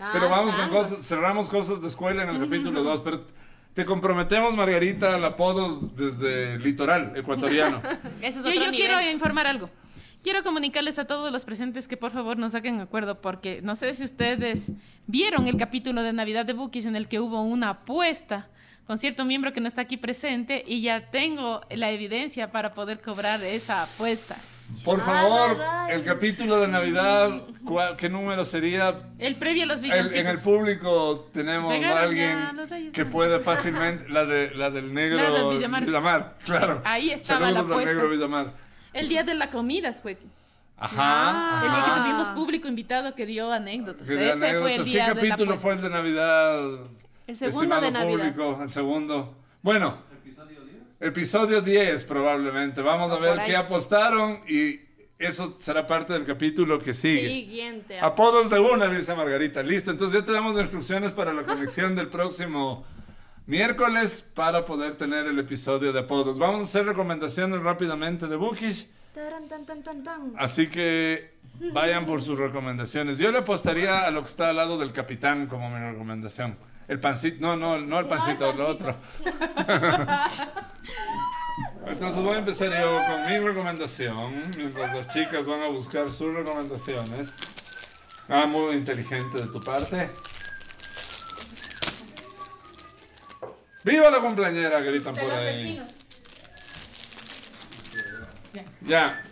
Ah,
Pero vamos con
chango.
cosas, cerramos cosas de escuela en el capítulo 2, pero te comprometemos Margarita al apodos desde el litoral ecuatoriano.
Ese es
Yo,
otro
yo
nivel.
quiero informar algo. Quiero comunicarles a todos los presentes que por favor nos saquen acuerdo porque no sé si ustedes vieron el capítulo de Navidad de Bookies en el que hubo una apuesta con cierto miembro que no está aquí presente y ya tengo la evidencia para poder cobrar esa apuesta.
Por favor, el capítulo de Navidad, ¿cuál- ¿qué número sería?
El previo a los
El- en el
villancicos.
público tenemos
Llegaron
a
ya los
alguien
Reyes
que
Magos.
puede fácilmente la de la del negro
La del Villamar.
claro.
Ahí estaba la
Saludos al
apuesta.
negro Villamar.
El día de la comida fue.
Ajá.
Ah.
El día que
ajá.
tuvimos público invitado que dio anécdotas.
Que de
Ese fue
anécdotas.
el
¿Qué
día de la
capítulo
apuesta.
fue el de Navidad?
El segundo de
estimado
Navidad.
público, el segundo. Bueno,
Episodio 10.
episodio 10 probablemente. Vamos
Ah,
a
O
ver
por ahí.
qué apostaron y eso será parte del capítulo que sigue.
Siguiente.
Apodos de una, dice Margarita. Listo, entonces ya tenemos instrucciones para la conexión del próximo miércoles para poder tener el episodio de apodos. Vamos a hacer recomendaciones rápidamente de Bookish,
Taran, tan, tan, tan, tan.
así que vayan por sus recomendaciones. Yo le apostaría a lo que está al lado del capitán como mi recomendación. El pancito, no, no, no el pancito, lo otro. Entonces voy a empezar yo con mi recomendación, mientras las chicas van a buscar sus recomendaciones. Ah, muy inteligente de tu parte. ¡Viva la cumpleañera! Gritan por ahí. Ya.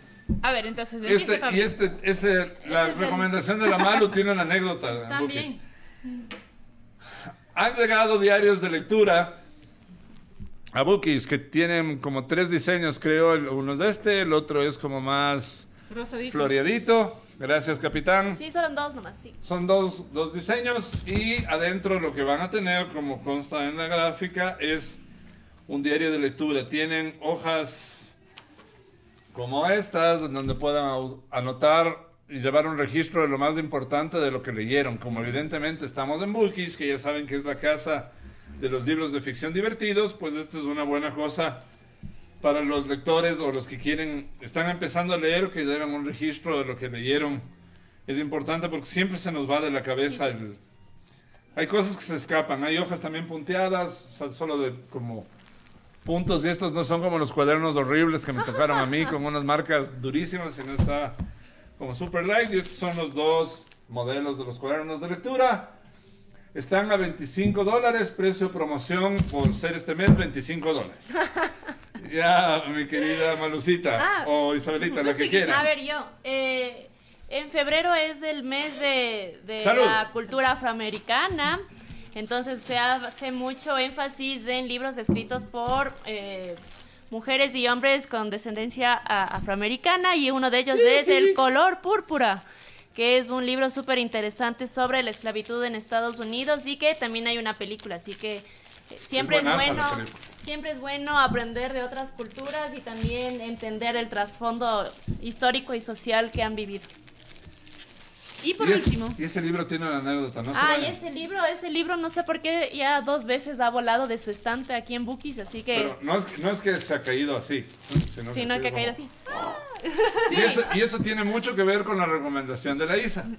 A ver, entonces, empieza
Este, y
Fabio.
este, ese, la recomendación de la Malu tiene una anécdota. Bukis.
También.
Han llegado diarios de lectura a Bookies que tienen como tres diseños, creo. El- Uno es de este, el otro es como más
Rosadito.
floreadito. Gracias, capitán.
Sí, solo dos nomás, sí.
Son dos, dos diseños y adentro lo que van a tener, como consta en la gráfica, es un diario de lectura. Tienen hojas como estas, en donde puedan au- anotar y llevar un registro de lo más importante de lo que leyeron. Como evidentemente estamos en Bookies, que ya saben que es la casa de los libros de ficción divertidos, pues esta es una buena cosa para los lectores o los que quieren, están empezando a leer o que llevan un registro de lo que leyeron. Es importante porque siempre se nos va de la cabeza el... Hay cosas que se escapan, hay hojas también punteadas, o sea, solo de como puntos y estos no son como los cuadernos horribles que me tocaron a mí con unas marcas durísimas, sino está como super light y estos son los dos modelos de los cuadernos de lectura. Están a 25 dólares, precio promoción por ser este mes 25 dólares. ya, mi querida Malucita
Ah.
o Isabelita, la que
A
quiera.
ver, yo. eh, en febrero es el mes de, de
Salud.
la cultura afroamericana. Entonces se hace mucho énfasis en libros escritos por eh, mujeres y hombres con descendencia a- afroamericana. Y uno de ellos es El color púrpura, que es un libro súper interesante sobre la esclavitud en Estados Unidos y que también hay una película. Así que eh, siempre es,
buenaza la
bueno.
película.
Siempre es bueno aprender de otras culturas y también entender el trasfondo histórico y social que han vivido.
Y por
Y, es-
último,
y ese libro tiene una anécdota, ¿no? Se
Ah, y
vale.
ese libro, ese libro no sé por qué ya dos veces ha volado de su estante aquí en Bookies, así que
Pero no es, no es que se ha caído así, sino
si no que ha caído
como-
así.
Y eso, y eso tiene mucho que ver con la recomendación de la Isa.
Mm,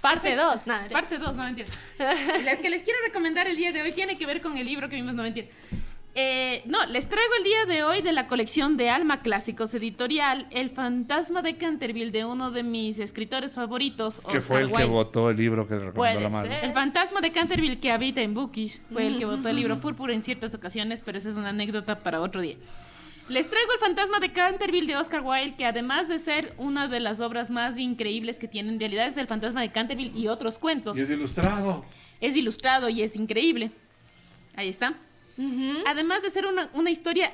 Parte 2, nada.
parte 2, no mentira. Lo que les quiero recomendar el día de hoy tiene que ver con el libro que vimos, no mentira. Eh, no, les traigo el día de hoy de la colección de Alma Clásicos Editorial, El Fantasma de Canterville, de uno de mis escritores favoritos, Oscar Wilde.
votó el libro que recomendó
Puede la Malu. ser.
El fantasma de Canterville que habita en Bookies fue el que votó el libro púrpura en ciertas ocasiones, pero esa es una anécdota para otro día. Les traigo el fantasma de Canterville de Oscar Wilde, que además de ser una de las obras más increíbles que tiene, en realidad es el fantasma de Canterville y otros cuentos.
Y es ilustrado.
Es ilustrado y es increíble. Ahí está. Además de ser una, una historia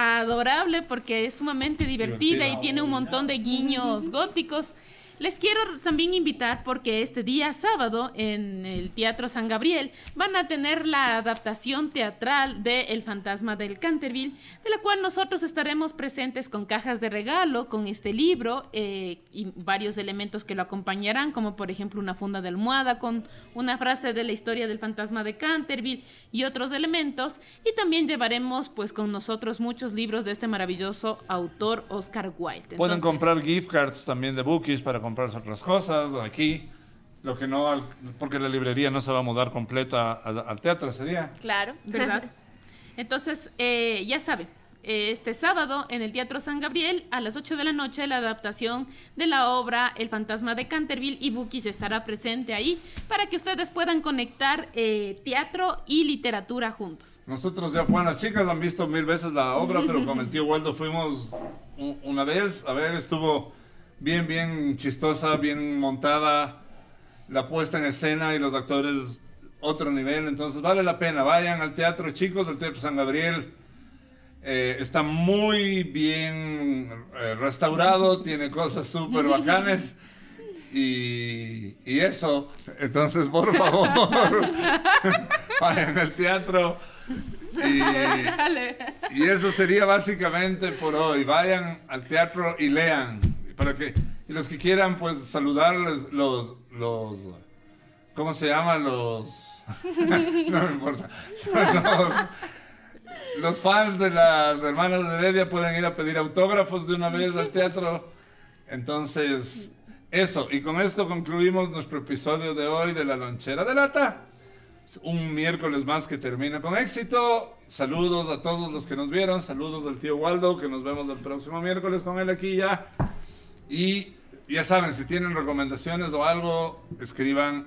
adorable porque es sumamente divertida
Divertida.
y tiene un montón de guiños góticos, les quiero también invitar porque este día sábado en el Teatro San Gabriel van a tener la adaptación teatral de El fantasma del Canterville, de la cual nosotros estaremos presentes con cajas de regalo, con este libro eh, y varios elementos que lo acompañarán, como por ejemplo una funda de almohada con una frase de la historia del fantasma de Canterville y otros elementos. Y también llevaremos pues con nosotros muchos libros de este maravilloso autor Oscar Wilde.
Pueden
Entonces,
comprar gift cards también de Bookies para comprarse otras cosas aquí. Lo que no, al- porque la librería no se va a mudar completa al, al teatro ese día.
Claro.
¿Verdad? Entonces, eh, ya saben, eh, este sábado en el Teatro San Gabriel a las 8 de la noche la adaptación de la obra El fantasma de Canterville y Bookies estará presente ahí para que ustedes puedan conectar eh, teatro y literatura juntos.
Nosotros ya, bueno, las chicas han visto mil veces la obra, pero con el tío Waldo fuimos u- una vez. A ver, estuvo bien, bien chistosa, bien montada. La puesta en escena y los actores otro nivel. Entonces vale la pena. Vayan al teatro, chicos, al Teatro San Gabriel. Eh, está muy bien eh, restaurado, tiene cosas súper bacanes. Y, y eso, entonces por favor, vayan al teatro Y, Y eso sería básicamente por hoy. Vayan al teatro y lean. Para que, y los que quieran, pues saludarles los. los ¿Cómo se llama? Los. no me importa. Los, los fans de las hermanas de Heredia pueden ir a pedir autógrafos de una vez al teatro. Entonces, eso. Y con esto concluimos nuestro episodio de hoy de La Lonchera de Lata un miércoles más que termina con éxito. Saludos a todos los que nos vieron, saludos al tío Waldo, que nos vemos el próximo miércoles con él aquí ya. Y ya saben, si tienen recomendaciones o algo, escriban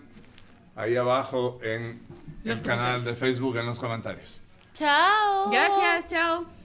ahí abajo en el canal de Facebook en los comentarios.
Chao.
Oh.
Gracias, chao.